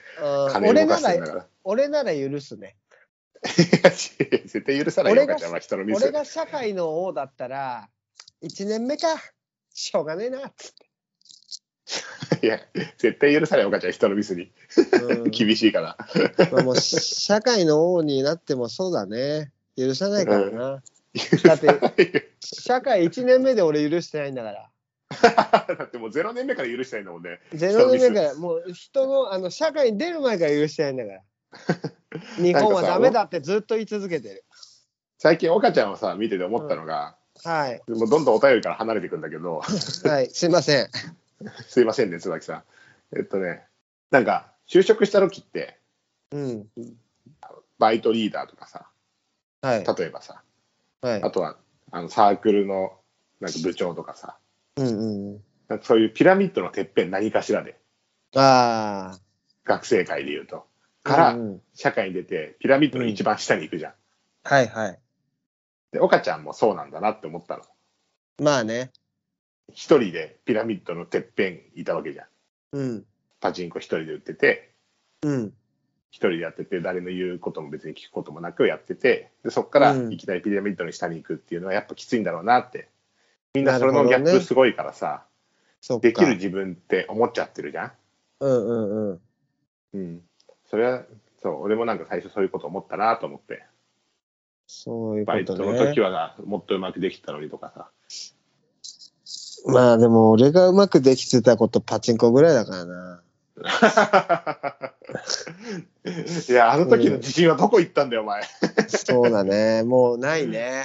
Speaker 2: 金
Speaker 1: 俺
Speaker 2: 動か
Speaker 1: な
Speaker 2: してん
Speaker 1: ら
Speaker 2: だから
Speaker 1: 俺なら許すね
Speaker 2: *laughs* いや絶対許さないよ
Speaker 1: 俺が
Speaker 2: 岡ちゃんは人のミ
Speaker 1: 俺
Speaker 2: ス
Speaker 1: が社会の王だったら1年目かしょうがねえなっつっ
Speaker 2: いや絶対許さない岡ちゃん人のミスに
Speaker 1: て、
Speaker 2: *laughs*
Speaker 1: うん
Speaker 2: 厳しいから
Speaker 1: まあ、もうし社会の王になってもそうだね。許さないからな。
Speaker 2: *laughs*
Speaker 1: だって、社会1年目で俺許してないんだから。
Speaker 2: だってもう0年目から許してないんだもんね
Speaker 1: 0年目から、もう人の、あの、社会に出る前から許してないんだ
Speaker 2: *laughs*
Speaker 1: から。日本はダメだってずっと言い続けてる。
Speaker 2: 最近岡ちゃんをさ見てて思ったのが、
Speaker 1: はい。
Speaker 2: もうどんどんお便りから離れていくんだけど
Speaker 1: はい。すいません。
Speaker 2: すいませんね椿さんえっとねなんか就職した時って
Speaker 1: うん。
Speaker 2: バイトリーダーとかさ
Speaker 1: はい。
Speaker 2: 例えばさ
Speaker 1: はい
Speaker 2: あ。とはあのサークルのなんか部長とかさ
Speaker 1: うんうんうん。
Speaker 2: なんかそういうピラミッドのてっぺん何かしらで
Speaker 1: ああ。
Speaker 2: 学生会でいうとから
Speaker 1: うんうん
Speaker 2: 社会に出て、ピラミッドの一番下に行くじゃん。
Speaker 1: はいはい。
Speaker 2: で、岡ちゃんもそうなんだなって思ったの。
Speaker 1: まあね。
Speaker 2: 一人でピラミッドのてっぺんいたわけじゃん。
Speaker 1: うん。
Speaker 2: パチンコ一人で売ってて、
Speaker 1: うん。
Speaker 2: 一人でやってて、誰の言うことも別に聞くこともなくやってて、でそこから
Speaker 1: うん
Speaker 2: いきなりピラミッドの下に行くっていうのはやっぱきついんだろうなって。みんな
Speaker 1: な
Speaker 2: そ
Speaker 1: る
Speaker 2: れ
Speaker 1: ほど
Speaker 2: の
Speaker 1: ね
Speaker 2: ギャップすごいからさ、
Speaker 1: そっか。
Speaker 2: できる自分って思っちゃってるじゃん。
Speaker 1: うんうんうん。
Speaker 2: うん。それは、そう、俺もなんか最初そういうこと思ったなと思って。
Speaker 1: そういうこ
Speaker 2: バイト
Speaker 1: と
Speaker 2: の
Speaker 1: ね
Speaker 2: 時。はもっとうまくできてたのにとかさ。
Speaker 1: まあでも俺がうまくできてたことパチンコぐらいだからな。
Speaker 2: いや、あの時の自信はどこ行ったんだよ、お前。
Speaker 1: そうだね。もうない
Speaker 2: *laughs*
Speaker 1: ね。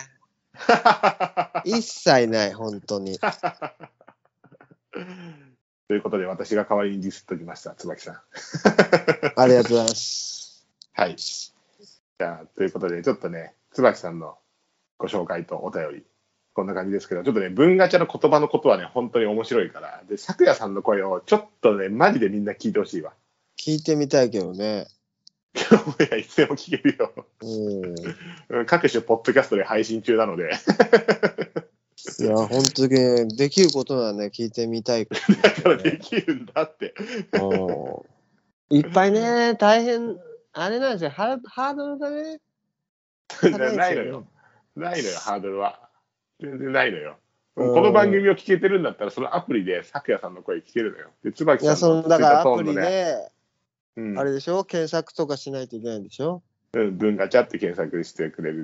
Speaker 1: 一切ない、本当に。
Speaker 2: ということで、私が代わりにディスっときました、椿さん。
Speaker 1: ありがとうございます。
Speaker 2: はい。じゃあ、ということで、ちょっとね、椿さんのご紹介とお便り、こんな感じですけど、ちょっとね、文ガチャの言葉のことはね、本当に面白いから、で、咲夜さんの声をちょっとね、マジでみんな聞いてほしいわ。
Speaker 1: 聞いてみたいけどね。
Speaker 2: いや、いつでも聞けるよ。
Speaker 1: うん。
Speaker 2: うん各種ポッドキャストで配信中なので、
Speaker 1: いや、本当にねできることならね、聞いてみたい。
Speaker 2: だからできるんだって。
Speaker 1: *laughs* うんいっぱいね、大変、あれなんですよ、ハーハードルがね。
Speaker 2: *laughs* ないのよ。ないのよ、ハードルは。全然ないのよ。この番組を聞けてるんだったら、そのアプリで咲夜さんの声聞けるのよ。で、椿
Speaker 1: いや、
Speaker 2: さん
Speaker 1: そ
Speaker 2: の
Speaker 1: のだからア
Speaker 2: つ
Speaker 1: プ
Speaker 2: いたトーン
Speaker 1: リ
Speaker 2: の
Speaker 1: で、
Speaker 2: ね、うん
Speaker 1: あれでしょ、検索とかしないといけないんでしょ。
Speaker 2: うん、文ガチャって検索してくれ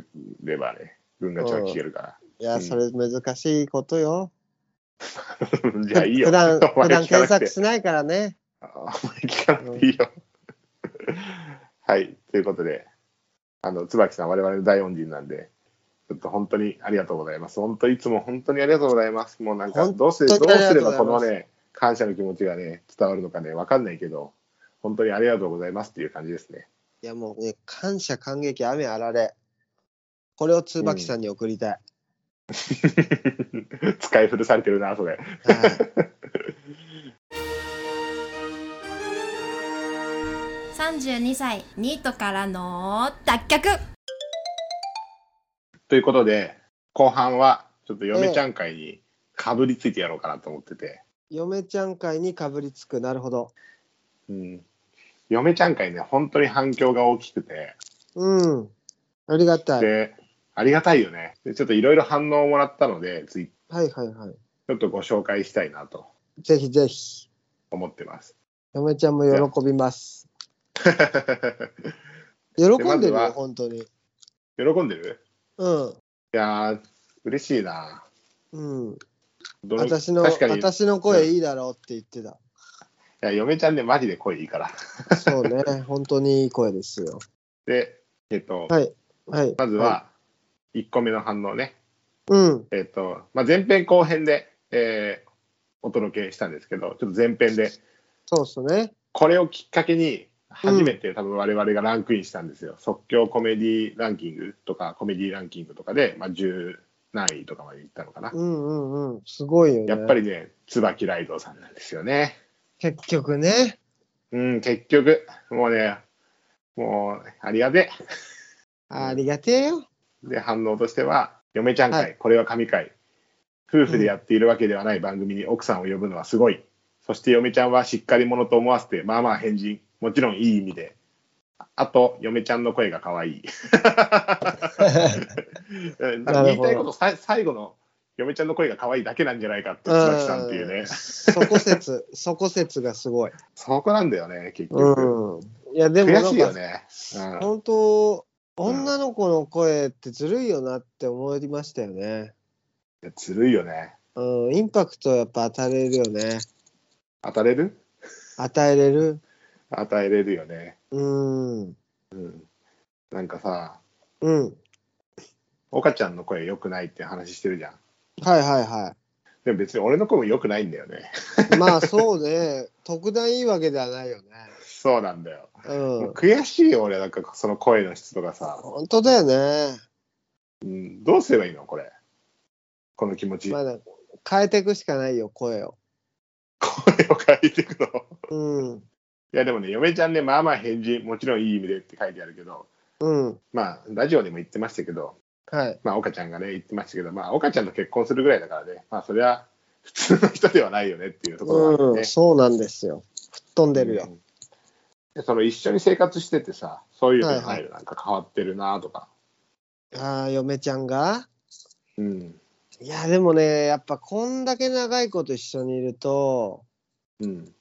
Speaker 2: ればね、文ガチャが聞けるから。
Speaker 1: いうや、
Speaker 2: ん
Speaker 1: それ難しいことよ。
Speaker 2: じゃあいいよ。
Speaker 1: 普段
Speaker 2: *laughs* お
Speaker 1: 普
Speaker 2: 前
Speaker 1: 段
Speaker 2: 聞か
Speaker 1: 検
Speaker 2: なく
Speaker 1: 索
Speaker 2: て。
Speaker 1: しないからね。
Speaker 2: お前聞かなくていいよ。 *laughs* はい、ということで、あの、椿さん、我々の大恩人なんで、ちょっと本当にありがとうございます。本当、いつも本当にありがとうございます。もうなんか、
Speaker 1: 本
Speaker 2: どうす
Speaker 1: 当
Speaker 2: ど
Speaker 1: に
Speaker 2: う
Speaker 1: ありが
Speaker 2: す
Speaker 1: と
Speaker 2: れ
Speaker 1: うご
Speaker 2: ば
Speaker 1: ざいます
Speaker 2: このね、感謝の気持ちがね、伝わるのかね、わかんないけど、本当にありがとうございますっていう感じですね。 *laughs*
Speaker 1: いや、もうね、感謝、感激、雨あられ。これを椿さんに送りたい。
Speaker 2: 使い古されてるな、それ。
Speaker 1: はい
Speaker 3: 32歳ニートからの脱却
Speaker 2: ということで、後半は、ちょっと嫁ちゃん会にかぶりついてやろうかなと思ってて。
Speaker 1: 嫁ちゃん会にかぶりつく、なるほど。
Speaker 2: うん嫁ちゃん会ね本当に反響が大きくて
Speaker 1: うん。ありがたい。
Speaker 2: でありがたいよねでちょっといろいろ反応をもらったのでつい
Speaker 1: はいはいはい。
Speaker 2: ちょっとご紹介したいなと
Speaker 1: ぜひぜひ。
Speaker 2: 思ってます *laughs*
Speaker 1: 嫁ちゃんも喜びます。喜んでる
Speaker 2: まずは
Speaker 1: よ、本当に。
Speaker 2: 喜んでる
Speaker 1: うん。
Speaker 2: いやー嬉しいな
Speaker 1: うん。
Speaker 2: どの
Speaker 1: 私の、
Speaker 2: 確かにい
Speaker 1: 私の声いいだろうって言ってた。
Speaker 2: や嫁ちゃんねマジで声いいから
Speaker 1: そう
Speaker 2: *laughs*
Speaker 1: ね。本当にいい声ですよ。
Speaker 2: でえっと、
Speaker 1: はい。はい。
Speaker 2: まずは1個目の反応ね
Speaker 1: い、うん。
Speaker 2: えっと、まあ、前編後編で、えーお届けしたんですけどちょっと前編で
Speaker 1: そうっすね。
Speaker 2: これをきっかけに初めて多分我々がランクインしたんですよ、即興コメディランキングとかコメディランキングとかで、まあ、10何位とかまでいったのかな、
Speaker 1: うんうんうん。すごいよね。
Speaker 2: やっぱ。りね椿ライドさんなんですよね
Speaker 1: 結局ね。
Speaker 2: うん結局もうねもうありがて
Speaker 1: ありがてえよ。
Speaker 2: えで反応としては「嫁ちゃん会、
Speaker 1: はい
Speaker 2: これは神会」夫婦でやっているわけではない番組に奥さんを呼ぶのはすごいそして嫁ちゃんはしっかり者と思わせてまあまあ変人もちろんいい意味であと嫁ちゃんの声が可
Speaker 1: *laughs*
Speaker 2: 愛いうんなんか言いたいことさ最後の嫁ちゃんの声が可愛いだけなんじゃないかって椿さんっていうね、
Speaker 1: うんそこ説、そこ説がすごい。
Speaker 2: そこ *laughs* なんだよね結
Speaker 1: う
Speaker 2: 局、
Speaker 1: ん。いや、でもなん
Speaker 2: 悔
Speaker 1: か
Speaker 2: しいよね、うん、
Speaker 1: 本当、
Speaker 2: ん
Speaker 1: 女の子の声ってずるいよなって思いましたよね。
Speaker 2: いやずるいよね
Speaker 1: うん、インパクトやっぱ与えれるよね。
Speaker 2: 当たれる
Speaker 1: 与えれる。
Speaker 2: 与えれるよね
Speaker 1: うん。
Speaker 2: なんかさ
Speaker 1: うん。
Speaker 2: 岡ちゃんの声良くないって話してるじゃん
Speaker 1: はいはいは
Speaker 2: でも別に俺の声も良くないんだよね *laughs*
Speaker 1: い。まあそうね、特段いいわけではないよね。
Speaker 2: そうなんだよ、
Speaker 1: う。
Speaker 2: もうん悔しいよ俺なんかその声の質とかさ、
Speaker 1: 本当だよね。
Speaker 2: うん、どうすればいいのこれこの気持ち、
Speaker 1: まだ変えていくしかないよ、声を。
Speaker 2: 声を変えていくの *laughs*
Speaker 1: うん。
Speaker 2: いやでもね、嫁ちゃんね、まあまあ返事、もちろんいい意味でって書いてあるけど、
Speaker 1: うん。
Speaker 2: まあ、ラジオでも言ってましたけど、
Speaker 1: はい。
Speaker 2: まあ、岡ちゃんがね、言ってましたけど、まあ、岡ちゃんと結婚するぐらいだからね、まあ、それは普通の人ではないよねっていうところがあっ
Speaker 1: う
Speaker 2: て
Speaker 1: ん、
Speaker 2: ね。
Speaker 1: そうなんですよ。吹っ飛んでるよ。
Speaker 2: でその一緒に生活しててさ、そういうのじゃ
Speaker 1: は
Speaker 2: ないいの、なんか変わってるなとか。
Speaker 1: ああ、嫁ちゃんが
Speaker 2: うん。
Speaker 1: いや、でもね、やっぱこんだけ長いこと一緒にいると、
Speaker 2: うん。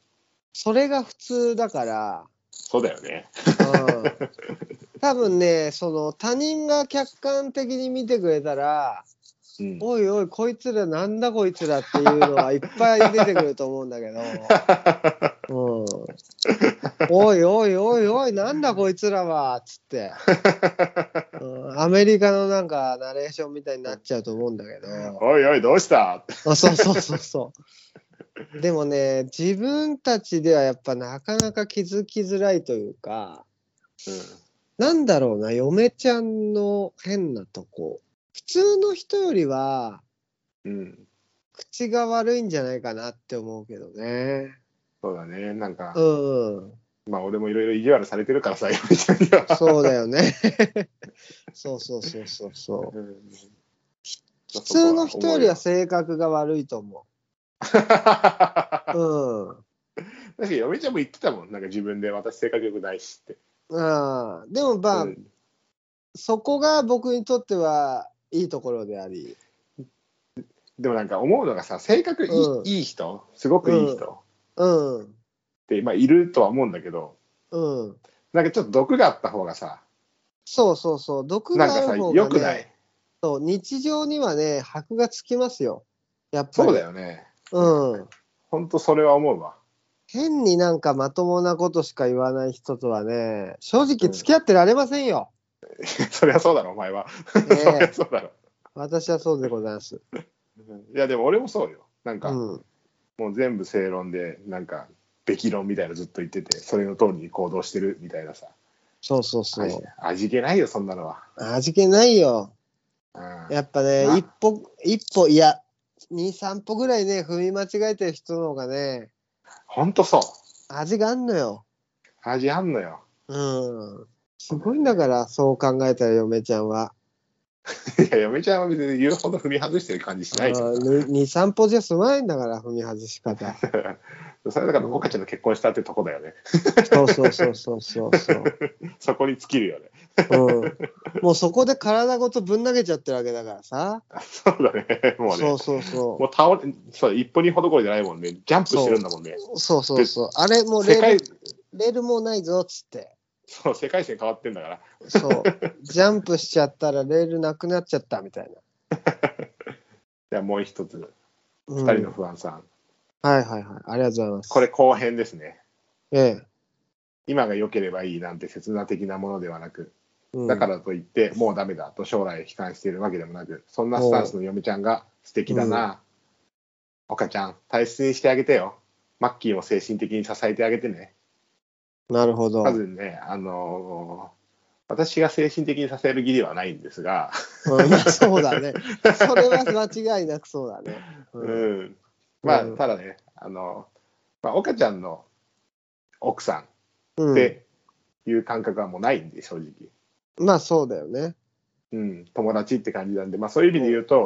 Speaker 1: それが普通だから、
Speaker 2: そうだよね。
Speaker 1: うん、多分ね、その他人が客観的に見てくれたら、
Speaker 2: うん。
Speaker 1: おいおい、こいつらなんだこいつらっていうのはいっぱい出てくると思うんだけど、うん、おいおいおいおい、なんだこいつらはっつって、うん、アメリカのなんかナレーションみたいになっちゃうと思うんだけど、
Speaker 2: おいおい、どうした
Speaker 1: あそうそうそうそう。でもね、自分たちではやっぱなかなか気づきづらいというか、なんだろうな、嫁ちゃんの変なとこ。普通の人よりは、
Speaker 2: うん。うん。
Speaker 1: 口が悪いんじゃないかなって思うけどね。
Speaker 2: そうだね。なんか、
Speaker 1: うん、
Speaker 2: まあ、俺もいろいろ意地悪されてるからさ、嫁ちゃんには。
Speaker 1: そうだよね。 *laughs* そうそうそうそうそう。
Speaker 2: うん
Speaker 1: 普通の人よりは性格が悪いと思 *laughs* う。
Speaker 2: 確かに嫁ちゃんも言ってたもん、なんか自分で私、性格良くないしって。
Speaker 1: うん。ああ、でもまあ、
Speaker 2: うん
Speaker 1: そこが僕にとってはいいところであり。
Speaker 2: でもなんか思うのがさ、性格いい,、
Speaker 1: うん
Speaker 2: いい人、すごくいい人
Speaker 1: うんう
Speaker 2: っ
Speaker 1: ん。
Speaker 2: て、まあ、いるとは思うんだけど、
Speaker 1: うん。
Speaker 2: なんかちょっと毒があった方がさ、
Speaker 1: そうそうそう。毒
Speaker 2: な
Speaker 1: が
Speaker 2: ん
Speaker 1: あ
Speaker 2: か
Speaker 1: る
Speaker 2: さ、
Speaker 1: 方
Speaker 2: 良
Speaker 1: が、
Speaker 2: くない
Speaker 1: ね、。そう日常にはね、箔がつきますよ。やっぱり。
Speaker 2: そうだよね。
Speaker 1: うん。
Speaker 2: ほんとそれは思うわ。 *laughs*
Speaker 1: 変になんかまともなことしか言わない人とはね、正直付き合ってられません
Speaker 2: *laughs*
Speaker 1: よ。
Speaker 2: そりゃそうだろ、お前は。
Speaker 1: ね
Speaker 2: *laughs* そりゃそうだろ。
Speaker 1: 私はそうでございます。
Speaker 2: いや、でも俺もそうよ。なん
Speaker 1: う
Speaker 2: か、
Speaker 1: ん。
Speaker 2: もう全部正論で、なんか、べき論みたいなのずっと言ってて、それの通りに行動してるみたいなさ。
Speaker 1: そうそうそう
Speaker 2: 味。味気ないよ、そんなのは。
Speaker 1: 味気ないよ。
Speaker 2: うん
Speaker 1: やっぱね
Speaker 2: ま、あ
Speaker 1: 一歩、一歩、いや、二、三歩ぐらいね、踏み間違えてる人の方がね、
Speaker 2: ほんとそう。
Speaker 1: 味があんのよ。
Speaker 2: 味あんのよ。 *laughs*
Speaker 1: うん。すごいんだから、そう考えたら嫁ちゃんは。
Speaker 2: いや、嫁ちゃんは別に言うほど踏み外してる感じしないけどな
Speaker 1: 二、三歩じゃ済まないんだから、踏み外し方。
Speaker 2: それだから、岡ちゃんの結婚したってとこだよね。 *laughs*
Speaker 1: そうそうそうそうそうそう。
Speaker 2: そこに尽きるよね。 *laughs*
Speaker 1: うん、もうそこで体ごとぶん投げちゃってるわけだからさ。
Speaker 2: そうだね。もうね。
Speaker 1: そうそうそ
Speaker 2: もう倒れ、そう、一歩二歩どころじゃないもんね。ジャンプしてるんだもんね。
Speaker 1: う。そうそうそう。あれ、もうレ
Speaker 2: 世界
Speaker 1: ール、、レールもうないぞっつって。
Speaker 2: そう、世界線変わってんだから。 *laughs*
Speaker 1: そう。ジャンプしちゃったらレールなくなっちゃったみたいな。
Speaker 2: じゃあもう一つ、
Speaker 1: うん
Speaker 2: 二人の不安さん。
Speaker 1: はいはいはい。ありがとうございます。
Speaker 2: これ後編ですね。
Speaker 1: ええ。
Speaker 2: 今が良ければいいなんて切な的なものではなく、
Speaker 1: うん
Speaker 2: だからといって、もうダメだと将来を悲観しているわけでもなく、そんなスタンスの嫁ちゃんが素敵だな。岡ちゃん、大切にしてあげてよ。マッキーも精神的に支えてあげてね。
Speaker 1: なるほど。
Speaker 2: まずね、あのー私が精神的に支える義理はないんですが、
Speaker 1: うんまあそうだね。それは間違いなくそうだね。うん
Speaker 2: うんまあ、
Speaker 1: うん
Speaker 2: ただね、あの、まあ、岡ちゃんの奥さん
Speaker 1: う
Speaker 2: っ
Speaker 1: ん
Speaker 2: ていう感覚はもうないんで、正直。
Speaker 1: まあそうだよね。
Speaker 2: うん、友達って感じなんで、まあ、そういう意味で言うと、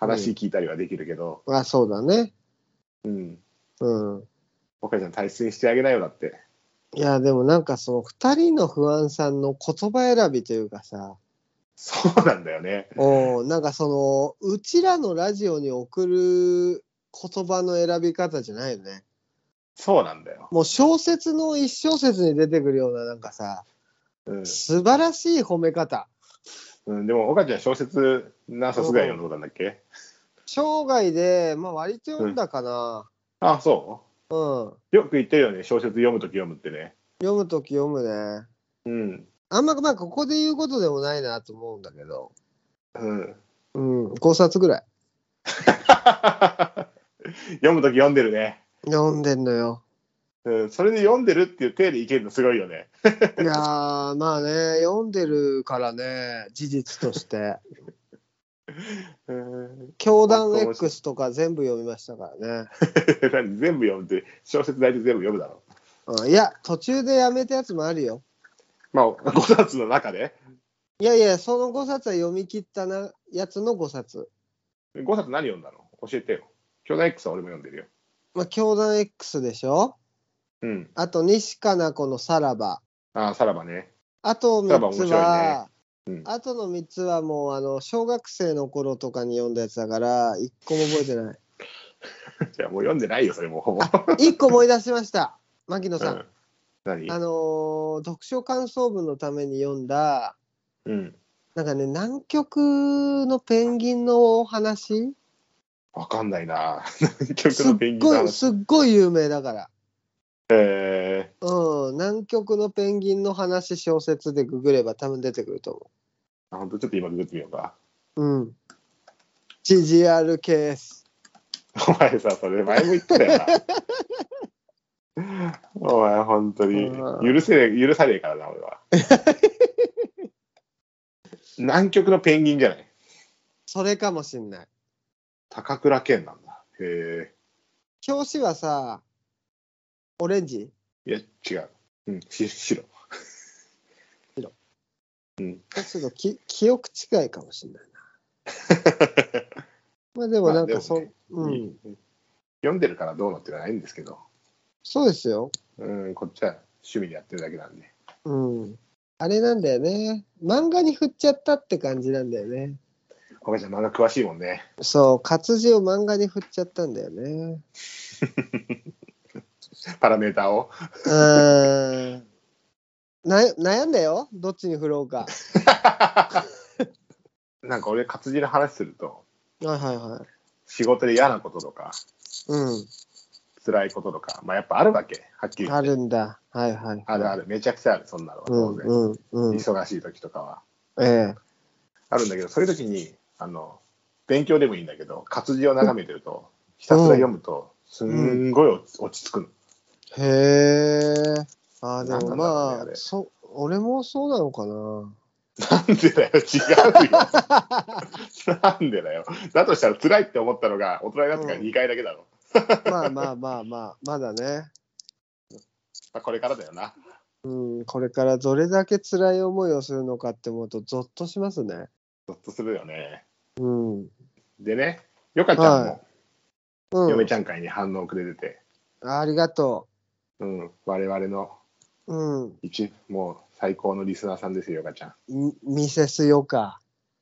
Speaker 1: うん
Speaker 2: 話聞いたりはできるけど、
Speaker 1: まあそうだね。
Speaker 2: うん、
Speaker 1: うん。
Speaker 2: 岡ちゃん大切にしてあげなよだって。
Speaker 1: いや、でもなんかその二人の不安さんの言葉選びというかさ、
Speaker 2: そうなんだよね。
Speaker 1: おーなんかその、うちらのラジオに送る言葉の選び方じゃないよね。
Speaker 2: そうなんだよ。
Speaker 1: もう小説の一小節に出てくるようななんかさ、
Speaker 2: うん、
Speaker 1: 素晴らしい褒め方。
Speaker 2: うん、でも岡ちゃん小説何冊ぐらい読んだんだっけ
Speaker 1: 生涯で、まあ割と読んだかな。
Speaker 2: あ、そ
Speaker 1: うん。
Speaker 2: うよく言ってるよね、小説読むとき読むってね。
Speaker 1: 読むとき読むね。
Speaker 2: うん、
Speaker 1: あんま、まあここで言うことでもないなと思うんだけど。
Speaker 2: うん。 *laughs*
Speaker 1: うん。5冊ぐらい。
Speaker 2: 読むとき読んでるね。
Speaker 1: 読んでんのよ。
Speaker 2: うん、それで読んでるっていう体でいけるのすごいよね。
Speaker 1: いやー、まあね、読んでるからね、事実として。
Speaker 2: うん、 *laughs*
Speaker 1: 教団 X とか全部読みましたからね。
Speaker 2: 全部読むって小説大体全部読むだろ
Speaker 1: うん、いや、途中でやめたやつもあるよ。
Speaker 2: まあ、5冊 *laughs* の中で、
Speaker 1: いやいや、その5冊は読み切ったなやつの5冊。
Speaker 2: 5冊何読んだの教えてよ。巨大 X は俺も読んでるよ。
Speaker 1: まあ、教団 X でしょ
Speaker 2: うん。
Speaker 1: あと、西加奈子のさらば。
Speaker 2: ああ、さらばね。 *laughs*
Speaker 1: あと3つ
Speaker 2: さらば
Speaker 1: は、
Speaker 2: 面白いねうん
Speaker 1: あとの3つはもうあの小学生の頃とかに読んだやつだから1個も覚えてない
Speaker 2: じゃあもう読んでないよ、それもうほぼ。
Speaker 1: 1個思い出しました牧野
Speaker 2: う
Speaker 1: さん、
Speaker 2: ん、何
Speaker 1: あのー読書感想文のために読んだ
Speaker 2: うん。
Speaker 1: なんかね南極のペンギンのお話
Speaker 2: わかんないな。 *laughs* 南極
Speaker 1: すっ
Speaker 2: のペンギンの
Speaker 1: ごい
Speaker 2: 話。
Speaker 1: すっごい有名だから
Speaker 2: え
Speaker 1: うん南極のペンギンの話小説でググれば多分出てくると思
Speaker 2: ー、あ本当ちょっと今ググってみようか。
Speaker 1: ううん GGRKS
Speaker 2: お前さ、それ前も言ったよな。 *laughs* お前、本当に
Speaker 1: うん
Speaker 2: 許せねえ、許さねえからな、
Speaker 1: *laughs*
Speaker 2: 俺は。南極のペンギンじゃない。
Speaker 1: それかもしんない
Speaker 2: 高倉健なんだ。へ
Speaker 1: 表紙はさオレンジ
Speaker 2: え。いや、違う。うん、し白。
Speaker 1: そうするとき *laughs* 記憶違いかもしれないな
Speaker 2: *laughs*
Speaker 1: まあでもなんかそ,、
Speaker 2: まあで
Speaker 1: う
Speaker 2: い
Speaker 1: ん、
Speaker 2: い読んでるからどうのってのはないんですけど、
Speaker 1: そうですよ、
Speaker 2: うん、こっちは趣味でやってるだけなんで。
Speaker 1: うん、あれなんだよね漫画に振っちゃったって感じなんだよね
Speaker 2: お前ちゃん、漫画詳しいもんね。
Speaker 1: そう活字を漫画に振っちゃったんだよね
Speaker 2: パラメーターを。
Speaker 1: うーんな悩んだよどっちに振ろうか
Speaker 2: なんか俺、活字の話すると、
Speaker 1: はいはいはい
Speaker 2: 仕事で嫌なこととか、
Speaker 1: う
Speaker 2: 辛いこととか、まあやっぱあるわけ、はっきり言っ
Speaker 1: ん
Speaker 2: て
Speaker 1: あるんだはいはい
Speaker 2: あるある、めちゃくちゃある、そんなのは
Speaker 1: う
Speaker 2: 当
Speaker 1: ん
Speaker 2: 然。
Speaker 1: うんうん
Speaker 2: 忙しい時とかは。
Speaker 1: ええ
Speaker 2: あるんだけど、そういう時に、あの、勉強でもいいんだけど、活字を眺めてると、ひたすら読むと、すんごい落ち落ち着くの。
Speaker 1: へえ。あー、で
Speaker 2: なん
Speaker 1: も
Speaker 2: なんだろうね
Speaker 1: ま
Speaker 2: あ
Speaker 1: あ、
Speaker 2: れ
Speaker 1: そ、俺もそうなのかな。
Speaker 2: なんでだよ、違うよ。なんでだよ。だとしたら辛いって思ったのが、大人になってか
Speaker 1: う
Speaker 2: ら
Speaker 1: ん
Speaker 2: 2回だけだろ。
Speaker 1: まあまあまあまあ、まだね。
Speaker 2: まあ、これからだよな。
Speaker 1: うん、これからどれだけ辛い思いをするのかって思うと、ゾッとしますね。
Speaker 2: ゾッとするよね。
Speaker 1: うん。うん。
Speaker 2: でね、よかちゃん
Speaker 1: は
Speaker 2: も、嫁ちゃん会に反応くれてて、
Speaker 1: あありがと
Speaker 2: うん、我々の
Speaker 1: う。うん。
Speaker 2: 一、もう最高のリスナーさんですよ、よかちゃん。
Speaker 1: ミミセスヨカ。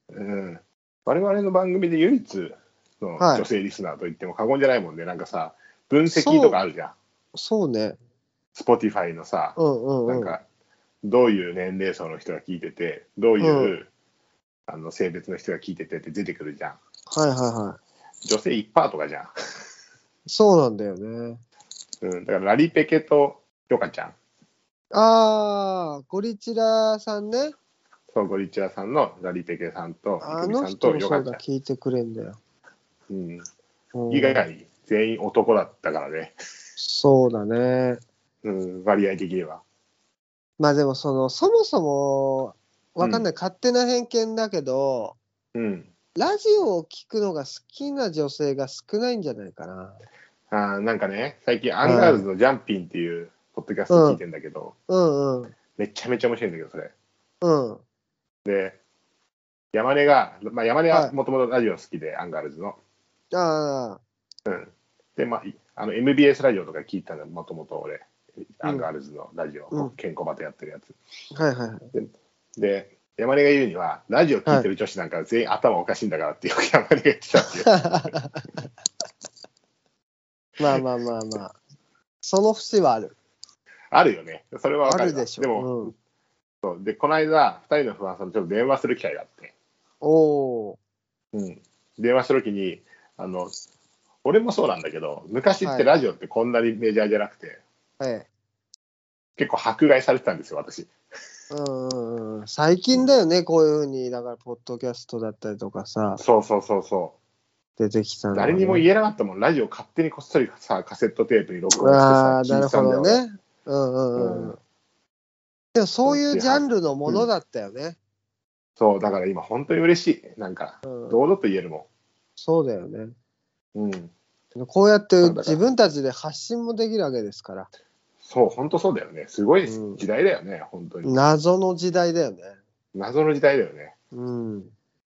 Speaker 2: うん我々の番組で唯一の
Speaker 1: はい
Speaker 2: 女性リスナーと言っても過言じゃないもんね、なんかさ、分析とかあるじゃん、
Speaker 1: そうね。
Speaker 2: Spotify のさ、
Speaker 1: うんうんう。
Speaker 2: なんんか、どういう年齢層の人が聞いてて、どういう、あの性別の人が聞いててって出てくるじゃん、
Speaker 1: はいはいは
Speaker 2: 女性1%とかじゃん、
Speaker 1: い。そうなんだよね。
Speaker 2: うん、だからラリペケとヨカちゃん、
Speaker 1: ああ、ゴリチラさんね。
Speaker 2: そうゴリチラさんのラリペケさんと、
Speaker 1: あ
Speaker 2: イクミ
Speaker 1: の
Speaker 2: さんと
Speaker 1: 人も
Speaker 2: ヨ
Speaker 1: そ
Speaker 2: カ
Speaker 1: う
Speaker 2: ちゃ
Speaker 1: だ、
Speaker 2: ん、
Speaker 1: 聞いてくれんだよ。
Speaker 2: うん、
Speaker 1: うん
Speaker 2: 以外全員男だったからね、
Speaker 1: そうだね。
Speaker 2: うん、割合的には。
Speaker 1: まあでもそのそもそもわかんない、勝手な偏見だけど
Speaker 2: うん
Speaker 1: ラジオを聞くのが好きな女性が少ないんじゃないかな。
Speaker 2: あーなんかね、最近、アンガールズのジャンピンっていうポッドキャスト聞いてんだけど、
Speaker 1: うんうん
Speaker 2: めちゃめちゃ面白いんだけど、それ。
Speaker 1: うん
Speaker 2: で、山根が、まあ、山根
Speaker 1: は
Speaker 2: はいもともとラジオ好きで、アンガールズの。
Speaker 1: ああ
Speaker 2: で、まあ、いあの MBS ラジオとか聞いたの、もともと俺、
Speaker 1: うん
Speaker 2: アンガールズのラジオ、
Speaker 1: うん
Speaker 2: 健康バトやってるやつ。
Speaker 1: はいはいはい。
Speaker 2: で、山根が言うには、ラジオ聞いてる女子なんか全員頭おかしいんだからってよく *laughs* 山根が言ってたっていう。
Speaker 1: まあまあまあまあその節はある
Speaker 2: あるよね。それはわ
Speaker 1: あ
Speaker 2: かるわ
Speaker 1: るでしょ。
Speaker 2: でも、
Speaker 1: うん、
Speaker 2: そうで、この間、二人の不安さんとちょっと電話する機会があって。
Speaker 1: おお
Speaker 2: うん、電話した時にあの俺もそうなんだけど昔っ
Speaker 1: は
Speaker 2: て
Speaker 1: い
Speaker 2: ラジオってこんなにメジャーじゃなくて、
Speaker 1: ー、ええ
Speaker 2: 結構迫害されてたんですよ私
Speaker 1: うんうんうん、最近だよねこういうふうにだからポッドキャストだったりとかさ
Speaker 2: そうそうそうそ
Speaker 1: 出てきた
Speaker 2: う
Speaker 1: のはね、
Speaker 2: 誰にも言えなかったもんラジオ勝手にこっそりさカセットテープに録音
Speaker 1: ああ
Speaker 2: し
Speaker 1: ー、
Speaker 2: てさ
Speaker 1: な
Speaker 2: 聞
Speaker 1: る
Speaker 2: いてた
Speaker 1: ほど
Speaker 2: んだよ、
Speaker 1: ね。うんうん
Speaker 2: う
Speaker 1: うんん。でもそういうジャンルのものだったよね。
Speaker 2: そうだから今本当に嬉しいなんか堂々と言えるも
Speaker 1: そうだよね。
Speaker 2: ん、うん、
Speaker 1: こうやって
Speaker 2: そうだから
Speaker 1: 自分たちで発信もできるわけですから。
Speaker 2: そう、本当そうだよね。すごい時代だよね、本当に。
Speaker 1: 謎の時代だよね。
Speaker 2: 謎の時代だよね。
Speaker 1: うん。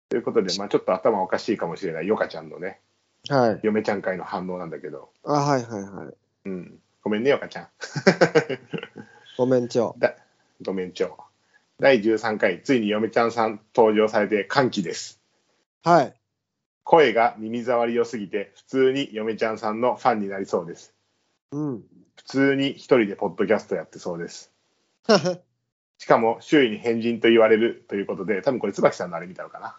Speaker 2: ということで、まあ、ちょっと頭おかしいかもしれない、ヨカちゃんのね、
Speaker 1: はい。
Speaker 2: 嫁ちゃん会の反応なんだけど、
Speaker 1: あ、はいはいはい。
Speaker 2: うん。ごめんね、ヨカちゃん。 *laughs*
Speaker 1: ごめんちょ。
Speaker 2: だごめんちょ。第13回、ついに嫁ちゃんさん登場されて歓喜です。
Speaker 1: はい。
Speaker 2: 声が耳障り良すぎて、普通に嫁ちゃんさんのファンになりそうです。
Speaker 1: うん。
Speaker 2: 普通に一人でポッドキャストやってそうです。しかも、周囲に変人と言われるということで、多分これ、椿さんのあれ見たのか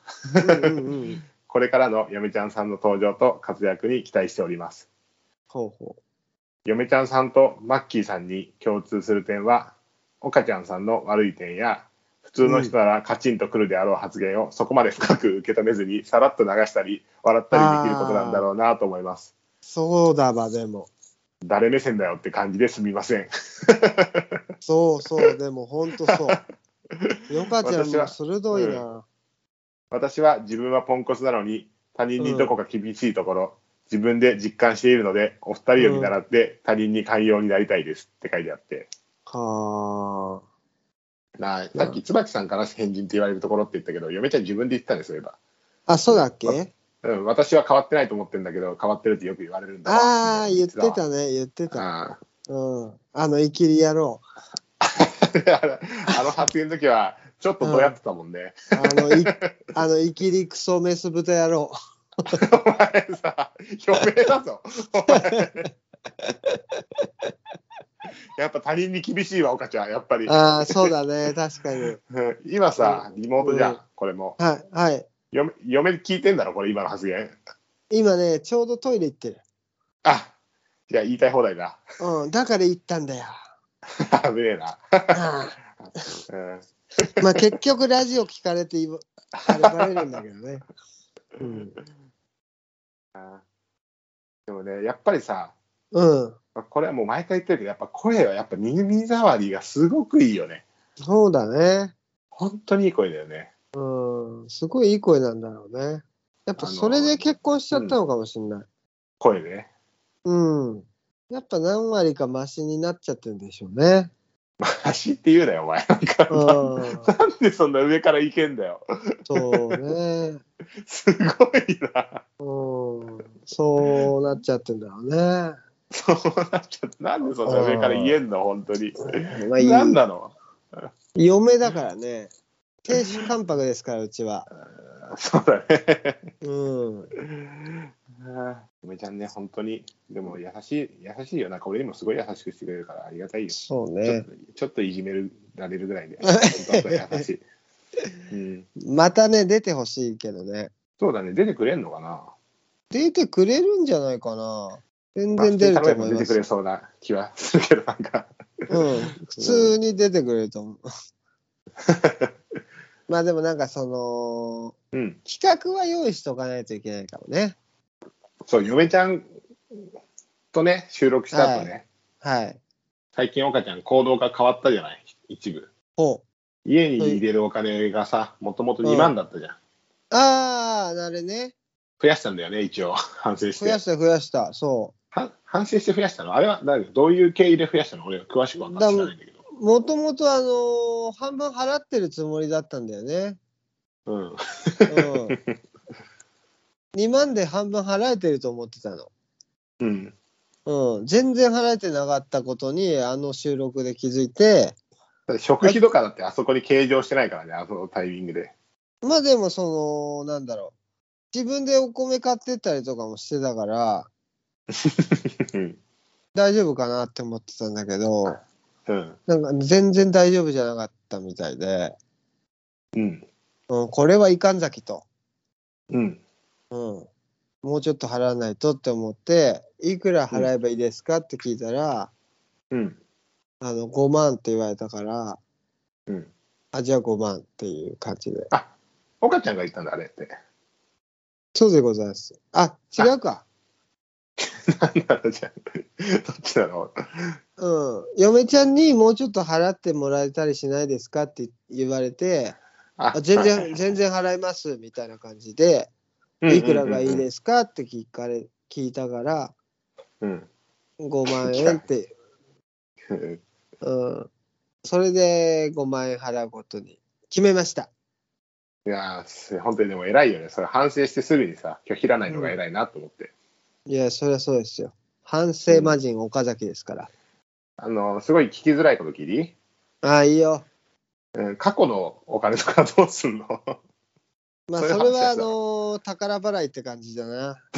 Speaker 1: う
Speaker 2: な。
Speaker 1: んうんうん。
Speaker 2: これからの嫁ちゃんさんの登場と活躍に期待しております。
Speaker 1: ほうほ
Speaker 2: 嫁ちゃんさんとマッキーさんに共通する点は岡ちゃんさんの悪い点や普通の人ならカチンとくるであろう発言をそこまで深く受け止めずにさらっと流したり笑ったりできることなんだろうなと思います
Speaker 1: う。そうだわ、でも。
Speaker 2: 誰目線だよって感じですみません
Speaker 1: そうそう、でも本当そう。よかちゃん
Speaker 2: 私
Speaker 1: も
Speaker 2: は
Speaker 1: 鋭いな。
Speaker 2: 私は自分はポンコツなのに他人にどこか厳しいところ、自分で実感しているのでお二人を見習って他人に寛容になりたいですって書いてあって、
Speaker 1: はあ。
Speaker 2: なあさっき椿さんから変人って言われるところって言ったけど嫁ちゃん自分で言ってたんですよえば
Speaker 1: あ、そうだっけ
Speaker 2: うん、私は変わってないと思ってんだけど変わってるってよく言われるんだわ
Speaker 1: ああ、言ってたね、言ってた。
Speaker 2: あ
Speaker 1: うん。あの、生きり野郎。
Speaker 2: ー *laughs* あの発言の時はちょっとどうやってたもんね、
Speaker 1: あの、いあの生きりクソメス豚野郎。
Speaker 2: お前さ余命だぞお前 *laughs* やっぱ他人に厳しいわ岡ちゃんやっぱり
Speaker 1: ああ、そうだね、確かに。
Speaker 2: うん *laughs* 今さリモートじゃん、
Speaker 1: うん
Speaker 2: これも
Speaker 1: はい、はい。
Speaker 2: 嫁嫁聞いてんだろこれ今の発言
Speaker 1: 今ね、ちょうどトイレ行ってる。
Speaker 2: あじゃあ言いたい放題だ *laughs*
Speaker 1: うん、だから行ったんだよ。
Speaker 2: 危ねえな、
Speaker 1: あ
Speaker 2: うん
Speaker 1: あまあ、結局、ラジオ聞かれて言わ、あれバレるんだけどね。うん。
Speaker 2: でもねやっぱりさ
Speaker 1: うん。
Speaker 2: これはもう毎回言ってるけど、やっぱ声はやっぱ耳障りがすごくいいよね。
Speaker 1: そうだね。
Speaker 2: 本当にいい声だよね。
Speaker 1: うん。すごいいい声なんだろうね。やっぱ、それで結婚しちゃったのかもしれない。
Speaker 2: 声ね。
Speaker 1: うん。やっぱ何割かマシになっちゃってるんでしょうね。
Speaker 2: 走って言うなよ、お前。なんか
Speaker 1: うん。
Speaker 2: なんでそんな上からいけんだよ。
Speaker 1: そうね。
Speaker 2: すごいな。
Speaker 1: うん。そうなっちゃってんだろうね。
Speaker 2: そうなっちゃった。なんでそんな上から言えんの、本当に。
Speaker 1: まあいい
Speaker 2: 何なの
Speaker 1: 嫁だからね。亭主関白ですから、うちは。
Speaker 2: そうだね。
Speaker 1: うん。
Speaker 2: 梅ちゃんね、本当に。でも優しい、優しいよ。なんか俺にもすごい優しくしてくれるから、ありがたいよ。
Speaker 1: そう
Speaker 2: ちょっ
Speaker 1: ね
Speaker 2: と。ちょっといじめられるぐらい
Speaker 1: *laughs*
Speaker 2: で。本当は優しい。うん
Speaker 1: またね、出てほしいけどね。
Speaker 2: そうだね、出てくれんのかな。
Speaker 1: 出てくれるんじゃないかな。全
Speaker 2: まあ
Speaker 1: 然出ると思い
Speaker 2: 普通に頼めば出
Speaker 1: ま
Speaker 2: てく
Speaker 1: す。
Speaker 2: れそうな気はするけど、なんか。
Speaker 1: うん。普通に出てくれると *laughs* 思う。まあでもなんかその、
Speaker 2: うん。
Speaker 1: 企画は用意しとかないといけないかもね。
Speaker 2: そう、嫁ちゃんとね、収録した後ね、
Speaker 1: はい。
Speaker 2: 最近、岡ちゃん、行動が変わったじゃない、一部。
Speaker 1: ほ
Speaker 2: 家に入れるお金がさ、もともと2万だったじゃん。
Speaker 1: う。ああ、あれね。
Speaker 2: 増やしたんだよね、一応、反省し。
Speaker 1: 増やしてた増やした。そ
Speaker 2: は反省して増やしたのあれは誰どういう経緯で増やしたの俺は詳しくは知らないんだけど。
Speaker 1: う。もともとあのー半分払ってるつもりだったんだよね。
Speaker 2: うん。
Speaker 1: うん。2万で半分払えてると思ってたの。
Speaker 2: うん。
Speaker 1: うん、全然払えてなかったことにあの収録で気づいて
Speaker 2: だって食費とかだってあそこに計上してないからね、あのタイミングで。
Speaker 1: まあでもそのなんだろう自分でお米買ってったりとかもしてたから
Speaker 2: うん。
Speaker 1: 大丈夫かなって思ってたんだけど
Speaker 2: うん。
Speaker 1: なんか全然大丈夫じゃなかったみたいで、
Speaker 2: うん。
Speaker 1: うん、これはいかんざきと、
Speaker 2: うん。
Speaker 1: うん、もうちょっと払わないとって思っていくら払えばいいですかって聞いたら、
Speaker 2: うん。
Speaker 1: あの5万って言われたから
Speaker 2: うん。
Speaker 1: あじゃあ5万っていう感じで
Speaker 2: あ、岡ちゃんが言ったんだ、あれって。
Speaker 1: そうでございますあ違うか
Speaker 2: なんだろうじゃあどっちだろ
Speaker 1: うん、嫁ちゃんにもうちょっと払ってもらえたりしないですかって言われて、
Speaker 2: あ
Speaker 1: あ全
Speaker 2: はい
Speaker 1: 然、全然払いますみたいな感じで、
Speaker 2: うんうんうん
Speaker 1: いくらがいいですかって聞かれ聞いたから、
Speaker 2: うん。
Speaker 1: 5万円ってうん。それで5万円払うことに決めました。
Speaker 2: いやーす本当にでも偉いよね。それ反省してすぐにさ、拒否らないのが偉いなと思って。
Speaker 1: いや、そりゃそうですよ。反省魔人岡崎ですから。
Speaker 2: あの、すごい聞きづらいこと聞いていい
Speaker 1: ああ、いいよ。
Speaker 2: うん、過去のお金とかどうすんの
Speaker 1: まあ、
Speaker 2: そういう
Speaker 1: それ
Speaker 2: 話です
Speaker 1: は、あのー宝払いって感じだな。
Speaker 2: *laughs*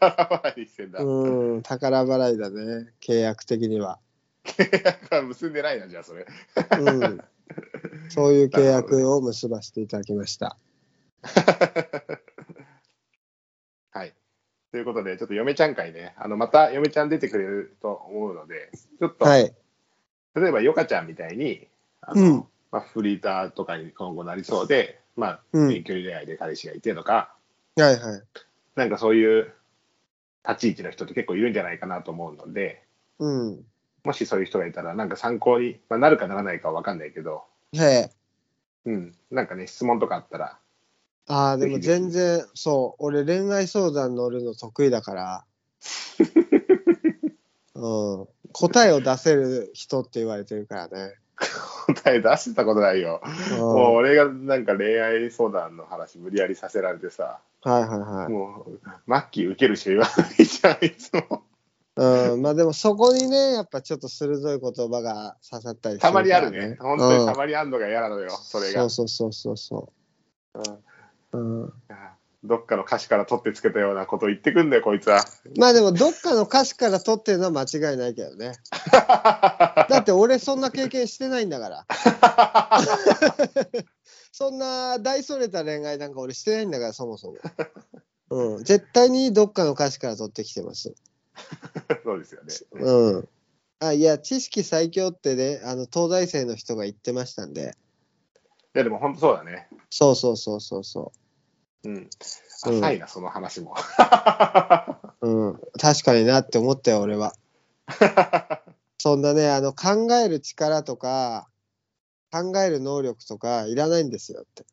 Speaker 2: 空回りしてんだ。
Speaker 1: うん、宝払いだね。契約的には。
Speaker 2: *laughs* 結んでないな、じゃあそれ。
Speaker 1: うん。そういう契約を結ばせていただきました。
Speaker 2: はい。ということで、ちょっと嫁ちゃん会ね、あの、また嫁ちゃん出てくれると思うので、ちょっと、
Speaker 1: はい。
Speaker 2: 例えばヨカちゃんみたいに、あの
Speaker 1: うん。
Speaker 2: まあ、フリーターとかに今後なりそうで、まあ、
Speaker 1: うん。は
Speaker 2: 遠
Speaker 1: い
Speaker 2: 距離恋愛で彼氏がいてとか、
Speaker 1: はい。
Speaker 2: なんかそういう立ち位置の人って結構いるんじゃないかなと思うので、
Speaker 1: うん。
Speaker 2: もしそういう人がいたら、なんか参考に、まあ、なるかならないかは分かんないけど、
Speaker 1: はい。
Speaker 2: うん、なんかね、質問とかあったら、
Speaker 1: ああ、でも
Speaker 2: ぜひぜひ
Speaker 1: 全然、そう、俺恋愛相談乗るの得意だ
Speaker 2: *laughs*
Speaker 1: から。うん。答えを出せる人って言われてるからね。
Speaker 2: 答え出してたことないよ。
Speaker 1: うん
Speaker 2: もう俺がなんか恋愛相談の話無理やりさせられてさ、
Speaker 1: はいはいはい。
Speaker 2: もう、マッキー受けるしか言わないじゃん、いつも。 *laughs*
Speaker 1: うん、まあでもそこにね、やっぱちょっと鋭い言葉が刺さったりする
Speaker 2: たまにあ
Speaker 1: から
Speaker 2: るね。本当にた
Speaker 1: に
Speaker 2: まにあんのが嫌なのよ、それが。
Speaker 1: そうそうそうそうそう。うん、
Speaker 2: どっかの歌詞から取ってつけたようなこと言ってくんだよ、こいつは。 *laughs*
Speaker 1: まあでもどっかの歌詞から取ってるのは間違いないけどね。だって俺そんな経験してないんだから。そんな大それた恋愛なんか俺してないんだからそもそも。うん、絶対にどっかの歌詞から取ってきてます。
Speaker 2: そうですよね。
Speaker 1: うん。あいや、知識最強ってね、あの東大生の人が言ってましたんで。
Speaker 2: いや、でも本当そうだね。
Speaker 1: そうそうそうそうそう。
Speaker 2: うん。
Speaker 1: うん
Speaker 2: 浅いな、その話も。 *laughs*
Speaker 1: うん、確かになって思ったよ俺
Speaker 2: *laughs*
Speaker 1: はそんなねあの考える力とか考える能力とかいらないんですよって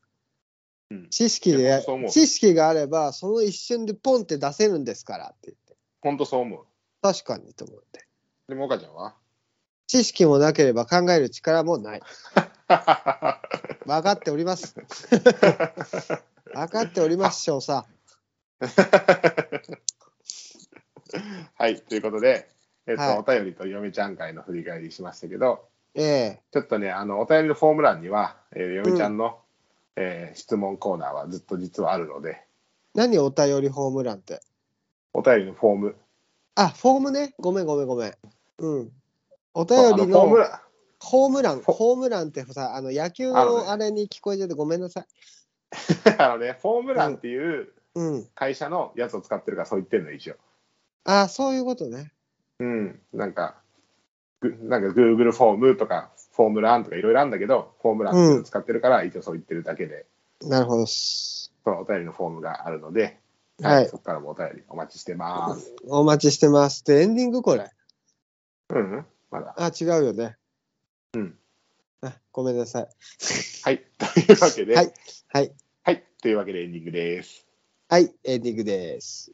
Speaker 2: うん
Speaker 1: 知識
Speaker 2: いや
Speaker 1: で
Speaker 2: そう思う
Speaker 1: 知識があればその一瞬でポンって出せるんですからって言って
Speaker 2: 本当そう思う。
Speaker 1: 確かにと思って
Speaker 2: でも、岡ちゃんは *laughs*
Speaker 1: 知識もなければ考える力もない分かっております
Speaker 2: *laughs*
Speaker 1: 分かっております少佐
Speaker 2: はい、ということで、えっと
Speaker 1: はい
Speaker 2: お便りと嫁ちゃん会の振り返りしましたけど、
Speaker 1: ええ
Speaker 2: ちょっとね、あのお便りのフォーム欄には、えー嫁ちゃんの、えー質問コーナーはずっと実はあるので、
Speaker 1: 何お便りホームランって
Speaker 2: お便りのフォーム、
Speaker 1: あフォームねごめんごめんごめんうんお
Speaker 2: あ
Speaker 1: 便
Speaker 2: の
Speaker 1: り
Speaker 2: フォー
Speaker 1: の
Speaker 2: ム *laughs* 欄
Speaker 1: ホームラン、
Speaker 2: ほ
Speaker 1: ホームランってさ、あの野球
Speaker 2: あのね
Speaker 1: のあれに聞こえちゃってごめんなさい。
Speaker 2: あのね、フォーム欄っていう
Speaker 1: うん。
Speaker 2: 会社のやつを使ってるから、そう言ってるの、一応。
Speaker 1: ああ、そういうことね。
Speaker 2: うん、なんか、ぐなんか Google フォームとか、フォーム欄とかいろいろあるんだけど、フォーム欄っていうのを使ってるから、一応そう言ってるだけで、
Speaker 1: なるほどっす。
Speaker 2: そのお便りのフォームがあるので、
Speaker 1: はい
Speaker 2: そこからもお便りお待ちしてます。
Speaker 1: お待ちしてます。で、エンディングこれ。
Speaker 2: うん、うん、まだ。
Speaker 1: あ、違うよね。
Speaker 2: うん。
Speaker 1: あ、ごめんなさい。
Speaker 2: はい、というわけで、
Speaker 1: は
Speaker 2: はいい、
Speaker 1: はい。
Speaker 2: というわけでエンディングです。
Speaker 1: はい、エンディングです。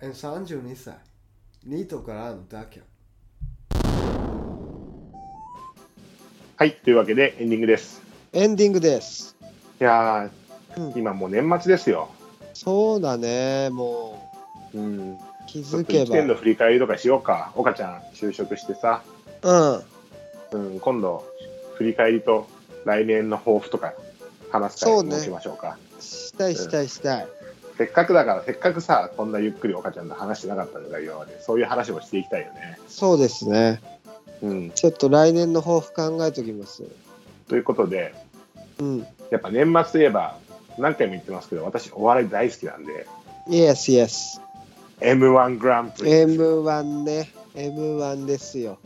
Speaker 1: 32歳、ニートからのだけ。
Speaker 2: はい、というわけでエンディングです。
Speaker 1: エンディングです。
Speaker 2: いやー、
Speaker 1: うん
Speaker 2: 今もう年末ですよ。
Speaker 1: そうだね、も
Speaker 2: うん、
Speaker 1: う気
Speaker 2: ちょっ
Speaker 1: づ
Speaker 2: と
Speaker 1: け
Speaker 2: 1年の
Speaker 1: ば。
Speaker 2: 振り返りとかしようか。岡ちゃん、就職してさ、
Speaker 1: うん。
Speaker 2: うん、今度、振り返りと来年の抱負とか話す会
Speaker 1: そう
Speaker 2: を
Speaker 1: ね
Speaker 2: 設けましょうか。
Speaker 1: したいしたいしたい。
Speaker 2: せっかくだから、せっかくさ、こんなゆっくり岡ちゃんと話してなかったんだ今まで、そういう話もしていきたいよね。
Speaker 1: そうですね。
Speaker 2: うん、
Speaker 1: ちょっと来年の抱負考えときます。
Speaker 2: ということで、
Speaker 1: うん。
Speaker 2: やっぱ年末といえば、何回も言ってますけど、私、お笑い大好きなんで、
Speaker 1: Yes, yes.
Speaker 2: M1 グランプリ。
Speaker 1: M1 ね。M1 ですよ。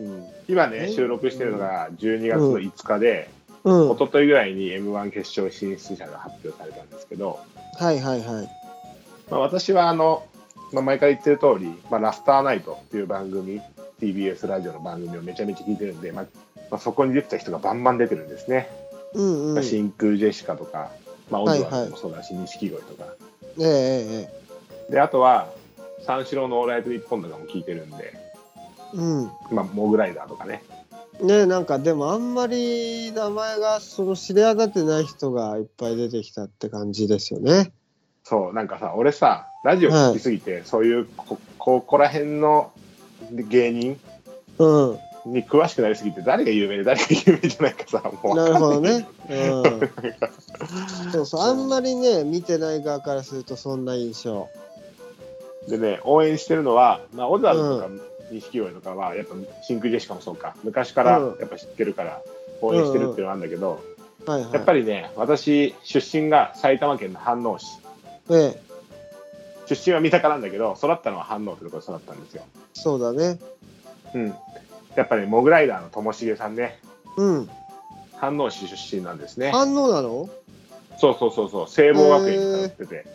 Speaker 2: うん今
Speaker 1: え
Speaker 2: ね、収録してるのが12月の5日で、
Speaker 1: うん。
Speaker 2: 一
Speaker 1: はい
Speaker 2: 昨日ぐらいに M1 決勝進出者が発表されたんですけど、
Speaker 1: はいはい。
Speaker 2: まあ、私はあの、まあ、毎回言ってる通り、まあ、ラスターナイトっていう番組、TBS ラジオの番組をめちゃめちゃ聞いてるんで、まあまあ、そこに出てた人がバンバン出てるんですね。
Speaker 1: うんう
Speaker 2: まあ
Speaker 1: ん。
Speaker 2: 真空ジェシカとか、まあ、オズワルド
Speaker 1: はいはい
Speaker 2: もそうだし、錦鯉とか。
Speaker 1: ええええ
Speaker 2: であとは三四郎の「オールナイトニッポン」とかも聞いてるんで、
Speaker 1: うん
Speaker 2: まあ、モグライダーとかね
Speaker 1: ねえなんかでもあんまり名前がその知り合いだってない人がいっぱい出てきたって感じですよね。
Speaker 2: そうなんかさ俺さラジオ聞きすぎて、そういうこここら辺の芸人
Speaker 1: うん
Speaker 2: に詳しくなりすぎて誰が有名で誰が有名じゃないかさもう
Speaker 1: なるほど
Speaker 2: わ
Speaker 1: ね。うん、そうそうあんまりね見てない側からするとそんな印象。
Speaker 2: かん *laughs* ないでね応援してるのは、まあ、オズワルドとか錦鯉とかはやっぱ真空ジェシカもそうか昔からや
Speaker 1: うん
Speaker 2: っぱ知ってるから応援してるっていうのはあるんだけど、
Speaker 1: はいはい、
Speaker 2: やっぱ
Speaker 1: り、
Speaker 2: りね私出身が埼玉県の飯能市
Speaker 1: ね、
Speaker 2: 出身は三鷹なんだけど育ったのは飯能ってところで育ったんですよ、
Speaker 1: そうだね。
Speaker 2: うん、やっぱりモグライダーのともしげさんね
Speaker 1: うん。
Speaker 2: 飯能市出身なんですね
Speaker 1: 反応なの
Speaker 2: そうそうそうそう聖望学園に通ってて、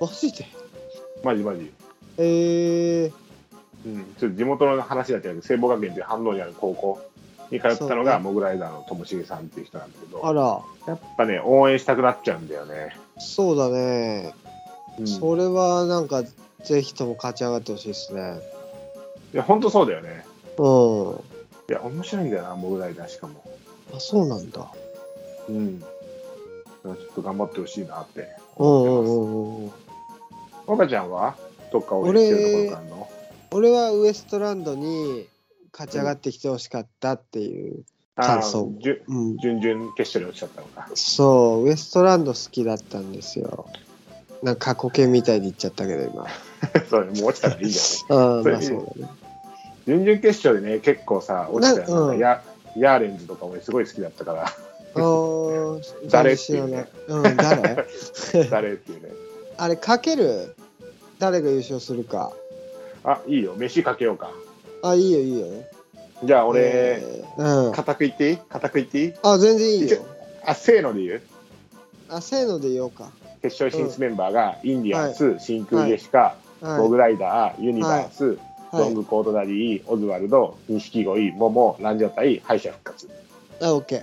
Speaker 1: マジで
Speaker 2: マジマジ、
Speaker 1: えー、
Speaker 2: うん、ちょっと地元の話だけど聖望学園っていう飯能にある高校に通ってたの
Speaker 1: そうね
Speaker 2: がモグライダーのともしげさんっていう人なんだけ
Speaker 1: あ
Speaker 2: ど
Speaker 1: ら、
Speaker 2: やっぱね応援したくなっちゃうんだよね、
Speaker 1: そうだね。
Speaker 2: うん、
Speaker 1: それはなんか、ぜひとも勝ち上がってほしいですね。
Speaker 2: いや本当そうだよね
Speaker 1: うん。
Speaker 2: いや面白いんだよなモグライダーしかも
Speaker 1: あ、そうなんだ。
Speaker 2: うんだからちょっと頑張ってほしいなって
Speaker 1: うんう
Speaker 2: 思ってます
Speaker 1: んうんうんうん。
Speaker 2: 岡ちゃんはどっか応援してるところがあるの
Speaker 1: 俺はウエストランドに勝ち上がってきてほしかったっていう。
Speaker 2: あ
Speaker 1: 感想
Speaker 2: ーじゅ
Speaker 1: うん。
Speaker 2: 準々決勝に落ちちゃったのか *laughs*
Speaker 1: そう、ウエストランド好きだったんですよ。なんか過去形みたいに言っちゃったけど今。
Speaker 2: そうもう落ちたらいいじゃん
Speaker 1: ああ、
Speaker 2: それ
Speaker 1: まあそうだね。
Speaker 2: 準々決勝でね結構さ落ちたよ、
Speaker 1: なうん
Speaker 2: やヤーレンズとか俺すごい好きだったから *laughs*
Speaker 1: あー
Speaker 2: 誰
Speaker 1: 知らない。うん、誰
Speaker 2: *laughs* 誰っていうね
Speaker 1: あれ、かける誰が優勝するか。
Speaker 2: あいいよ飯かけようか
Speaker 1: あ、いいよ、いいよ。
Speaker 2: じゃあ俺、
Speaker 1: えーうん。
Speaker 2: 固く言っていい固く言っていい
Speaker 1: あ、全然いい
Speaker 2: 一
Speaker 1: よ
Speaker 2: 応。あせーので言う
Speaker 1: あ、せーので言おうか。
Speaker 2: 決勝進出メンバーが、インディアンス、真空
Speaker 1: はい
Speaker 2: ジェシカ、
Speaker 1: はい。
Speaker 2: ボグライダーユニバース、ロ
Speaker 1: は
Speaker 2: ン
Speaker 1: い。
Speaker 2: グコートダディオズワルド錦鯉モモランジャタイ敗者復活
Speaker 1: あ、オッケー。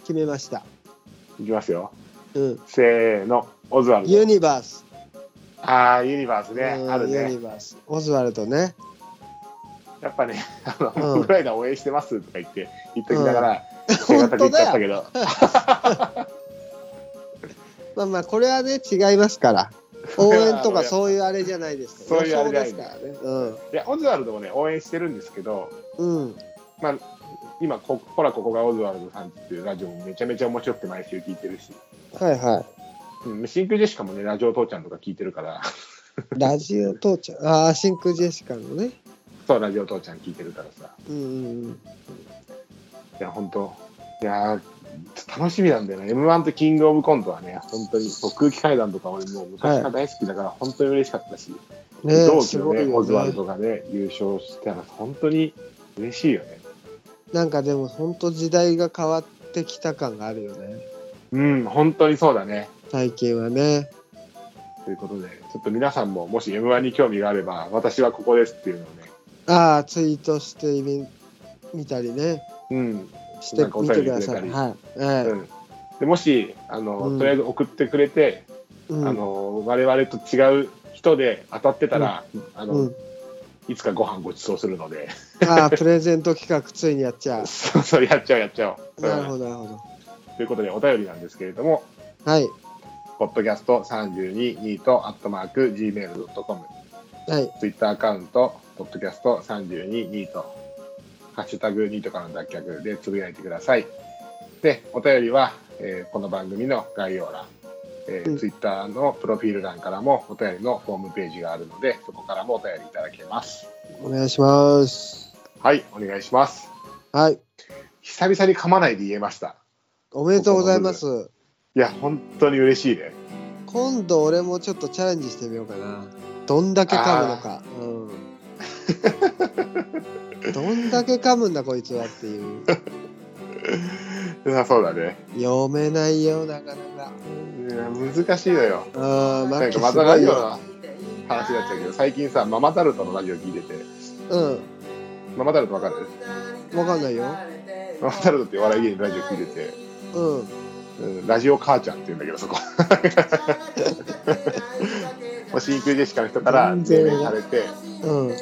Speaker 1: 決めました。
Speaker 2: いきますよ
Speaker 1: うん。
Speaker 2: せーのオズワルド
Speaker 1: ユニバース。
Speaker 2: ああユニバースね
Speaker 1: うん
Speaker 2: ある
Speaker 1: ユニ
Speaker 2: ね
Speaker 1: バース。オズワルドね。
Speaker 2: やっぱねあの、
Speaker 1: うん
Speaker 2: モグライダー応援してますとか言って言っときながら、手堅く言っちゃったけど
Speaker 1: まあまあ、これはね、違います
Speaker 2: *laughs*
Speaker 1: から。応援と
Speaker 2: あの
Speaker 1: かそういうあれじゃないですから。
Speaker 2: *laughs* そういうあれじゃないん
Speaker 1: 予
Speaker 2: だ
Speaker 1: 想ですからね。
Speaker 2: いやオズワルドもね応援してるんですけど
Speaker 1: うん。うん。
Speaker 2: まあ今こほらここがオズワルドさんっていうラジオもめちゃめちゃ面白くて毎週聞いてるし、
Speaker 1: はいは
Speaker 2: うん、真空ジェシカもねラジオ父ちゃんとか聞いてるから *laughs*
Speaker 1: い。ラジオ父ちゃん。ああ、真空ジェシカのね。
Speaker 2: そうラジオ父ちゃん聞いてるからさ
Speaker 1: うんうんうん。
Speaker 2: いや本当いやーちょっと楽しみなんだよね m 1とキングオブコントはね本当にそう空気階段とか俺もう昔から大好きだから本当に嬉しかったし、
Speaker 1: ねえ
Speaker 2: 同期
Speaker 1: す
Speaker 2: の
Speaker 1: ごい
Speaker 2: ね
Speaker 1: よね
Speaker 2: オズワルドがね優勝したら本当に嬉しいよね
Speaker 1: なんかでも本当時代が変わってきた感があるよね
Speaker 2: うん本当にそうだね
Speaker 1: 最近はね
Speaker 2: ということで、ちょっと皆さんももし M1 に興味があれば、私はここですっていうのをね、
Speaker 1: ああツイートしてみ見たりね
Speaker 2: うん、
Speaker 1: して
Speaker 2: なんかお
Speaker 1: み
Speaker 2: 便
Speaker 1: て
Speaker 2: り
Speaker 1: くださ
Speaker 2: く
Speaker 1: い
Speaker 2: れ
Speaker 1: はい、はい
Speaker 2: うん。でもし、あの、
Speaker 1: うん
Speaker 2: とりあえず送ってくれて、
Speaker 1: うん
Speaker 2: あの、我々と違う人で当たってたら、あの、
Speaker 1: うん、
Speaker 2: いつかご飯ごちそうするので、 *laughs*
Speaker 1: ああプレゼント企画ついにやっちゃう
Speaker 2: そうそう、やっちゃおうやっちゃおう。
Speaker 1: なるほ
Speaker 2: うん
Speaker 1: どなるほど
Speaker 2: ということで、お便りなんですけれども、
Speaker 1: はい
Speaker 2: ポッドキャスト32ニートアットマーク Gmail.com、
Speaker 1: はい
Speaker 2: ツイッターアカウント、ポッドキャスト32ニート、ハッシュタグニートからの脱却でつぶやいてください。で、お便りは、えーこの番組の概要欄、え
Speaker 1: うん
Speaker 2: ツイッター Twitter のプロフィール欄からもお便りのホームページがあるので、そこからもお便りいただけます。
Speaker 1: お願いします
Speaker 2: はい、お願いします。
Speaker 1: はい
Speaker 2: 久々に噛まないで言えました。
Speaker 1: おめでとうございます
Speaker 2: いや、本当に嬉しいね。
Speaker 1: 今度俺もちょっとチャレンジしてみようかなどんだけ噛むのか、うん、どんだけ噛むんだこいつはっていう
Speaker 2: あそうだね。
Speaker 1: 読めないよなかなか
Speaker 2: いや難しいのよ。
Speaker 1: あーマ
Speaker 2: な
Speaker 1: ッ
Speaker 2: ん
Speaker 1: キー
Speaker 2: かますた
Speaker 1: ご
Speaker 2: ラ
Speaker 1: い
Speaker 2: ジオの
Speaker 1: よ、
Speaker 2: 話になっちゃうけど、最近さ、ママタルトのラジオ聞いてて、
Speaker 1: う
Speaker 2: ママタルトわか
Speaker 1: ん
Speaker 2: る
Speaker 1: わかんないよ *laughs*
Speaker 2: ママタルトってお笑い芸人のラジオ聞いてて、
Speaker 1: うん
Speaker 2: うんラジオ母ちゃんって言うんだけどそこもう真空ジェシカの人から命名されて、
Speaker 1: うん。
Speaker 2: うん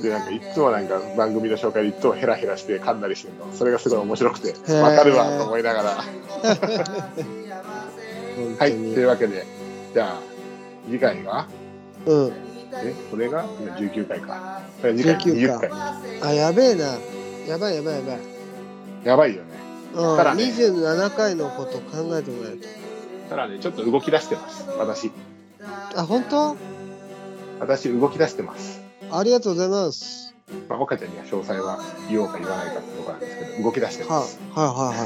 Speaker 2: でなんかいつもなんか番組の紹介でいつもヘラヘラして噛んだりしてるのそれがすごい面白くて
Speaker 1: ー
Speaker 2: わかるわと思いな
Speaker 1: *laughs*
Speaker 2: がら
Speaker 1: 本
Speaker 2: は
Speaker 1: 当
Speaker 2: いと
Speaker 1: に
Speaker 2: いうわけでじゃあ次回が
Speaker 1: うん。
Speaker 2: えこれが今19回かこれ次回
Speaker 1: 19
Speaker 2: 20
Speaker 1: 回
Speaker 2: 回
Speaker 1: あ、やべえな。やばいやばいやばい。
Speaker 2: やばいよね
Speaker 1: うん、
Speaker 2: ただね
Speaker 1: 27回のこと考えてもらえる
Speaker 2: ただねちょっと動き出してます私
Speaker 1: と。あ、本当
Speaker 2: 私動き出してます
Speaker 1: ありがとうございます。
Speaker 2: まあ、岡ちゃんには詳細は言おうか言わないかってところなんですけど動き出して
Speaker 1: は
Speaker 2: ます、
Speaker 1: い、はいはい
Speaker 2: *laughs*
Speaker 1: は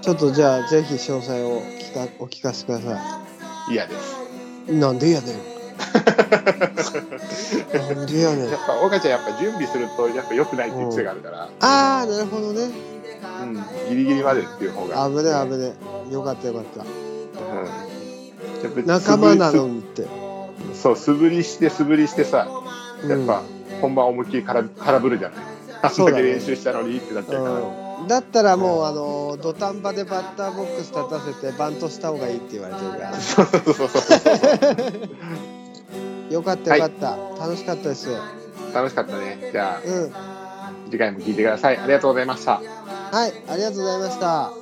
Speaker 1: い。ちょっとじゃあ、ぜひ詳細を聞かお聞かせくださ
Speaker 2: 嫌です
Speaker 1: い。なんでやねん。なんでやねん
Speaker 2: や。っぱ岡ちゃんやっぱ準備するとやっぱ良くないっていう癖があるから、
Speaker 1: ああ、なるほどね。
Speaker 2: うんギリギリまでっていう方が
Speaker 1: 危ねえ危ねえ。よかったよかった。
Speaker 2: うんやっぱり
Speaker 1: 仲間なのにって。
Speaker 2: 素振りそう素振りして素振りしてさやっぱ本番思いっきり空空振るじゃないあん
Speaker 1: そうだ
Speaker 2: だ
Speaker 1: ね
Speaker 2: け練習したのにってなっちゃうから、
Speaker 1: うん、だったらもうあの土壇場でバッターボックス立たせてバントした方がいいって言われてるから
Speaker 2: そうそうそうそう
Speaker 1: よかったよかった、楽しかったです
Speaker 2: 楽しかったねじゃあ
Speaker 1: うん
Speaker 2: 次回も聞いてくださいありがとうございました
Speaker 1: はいありがとうございました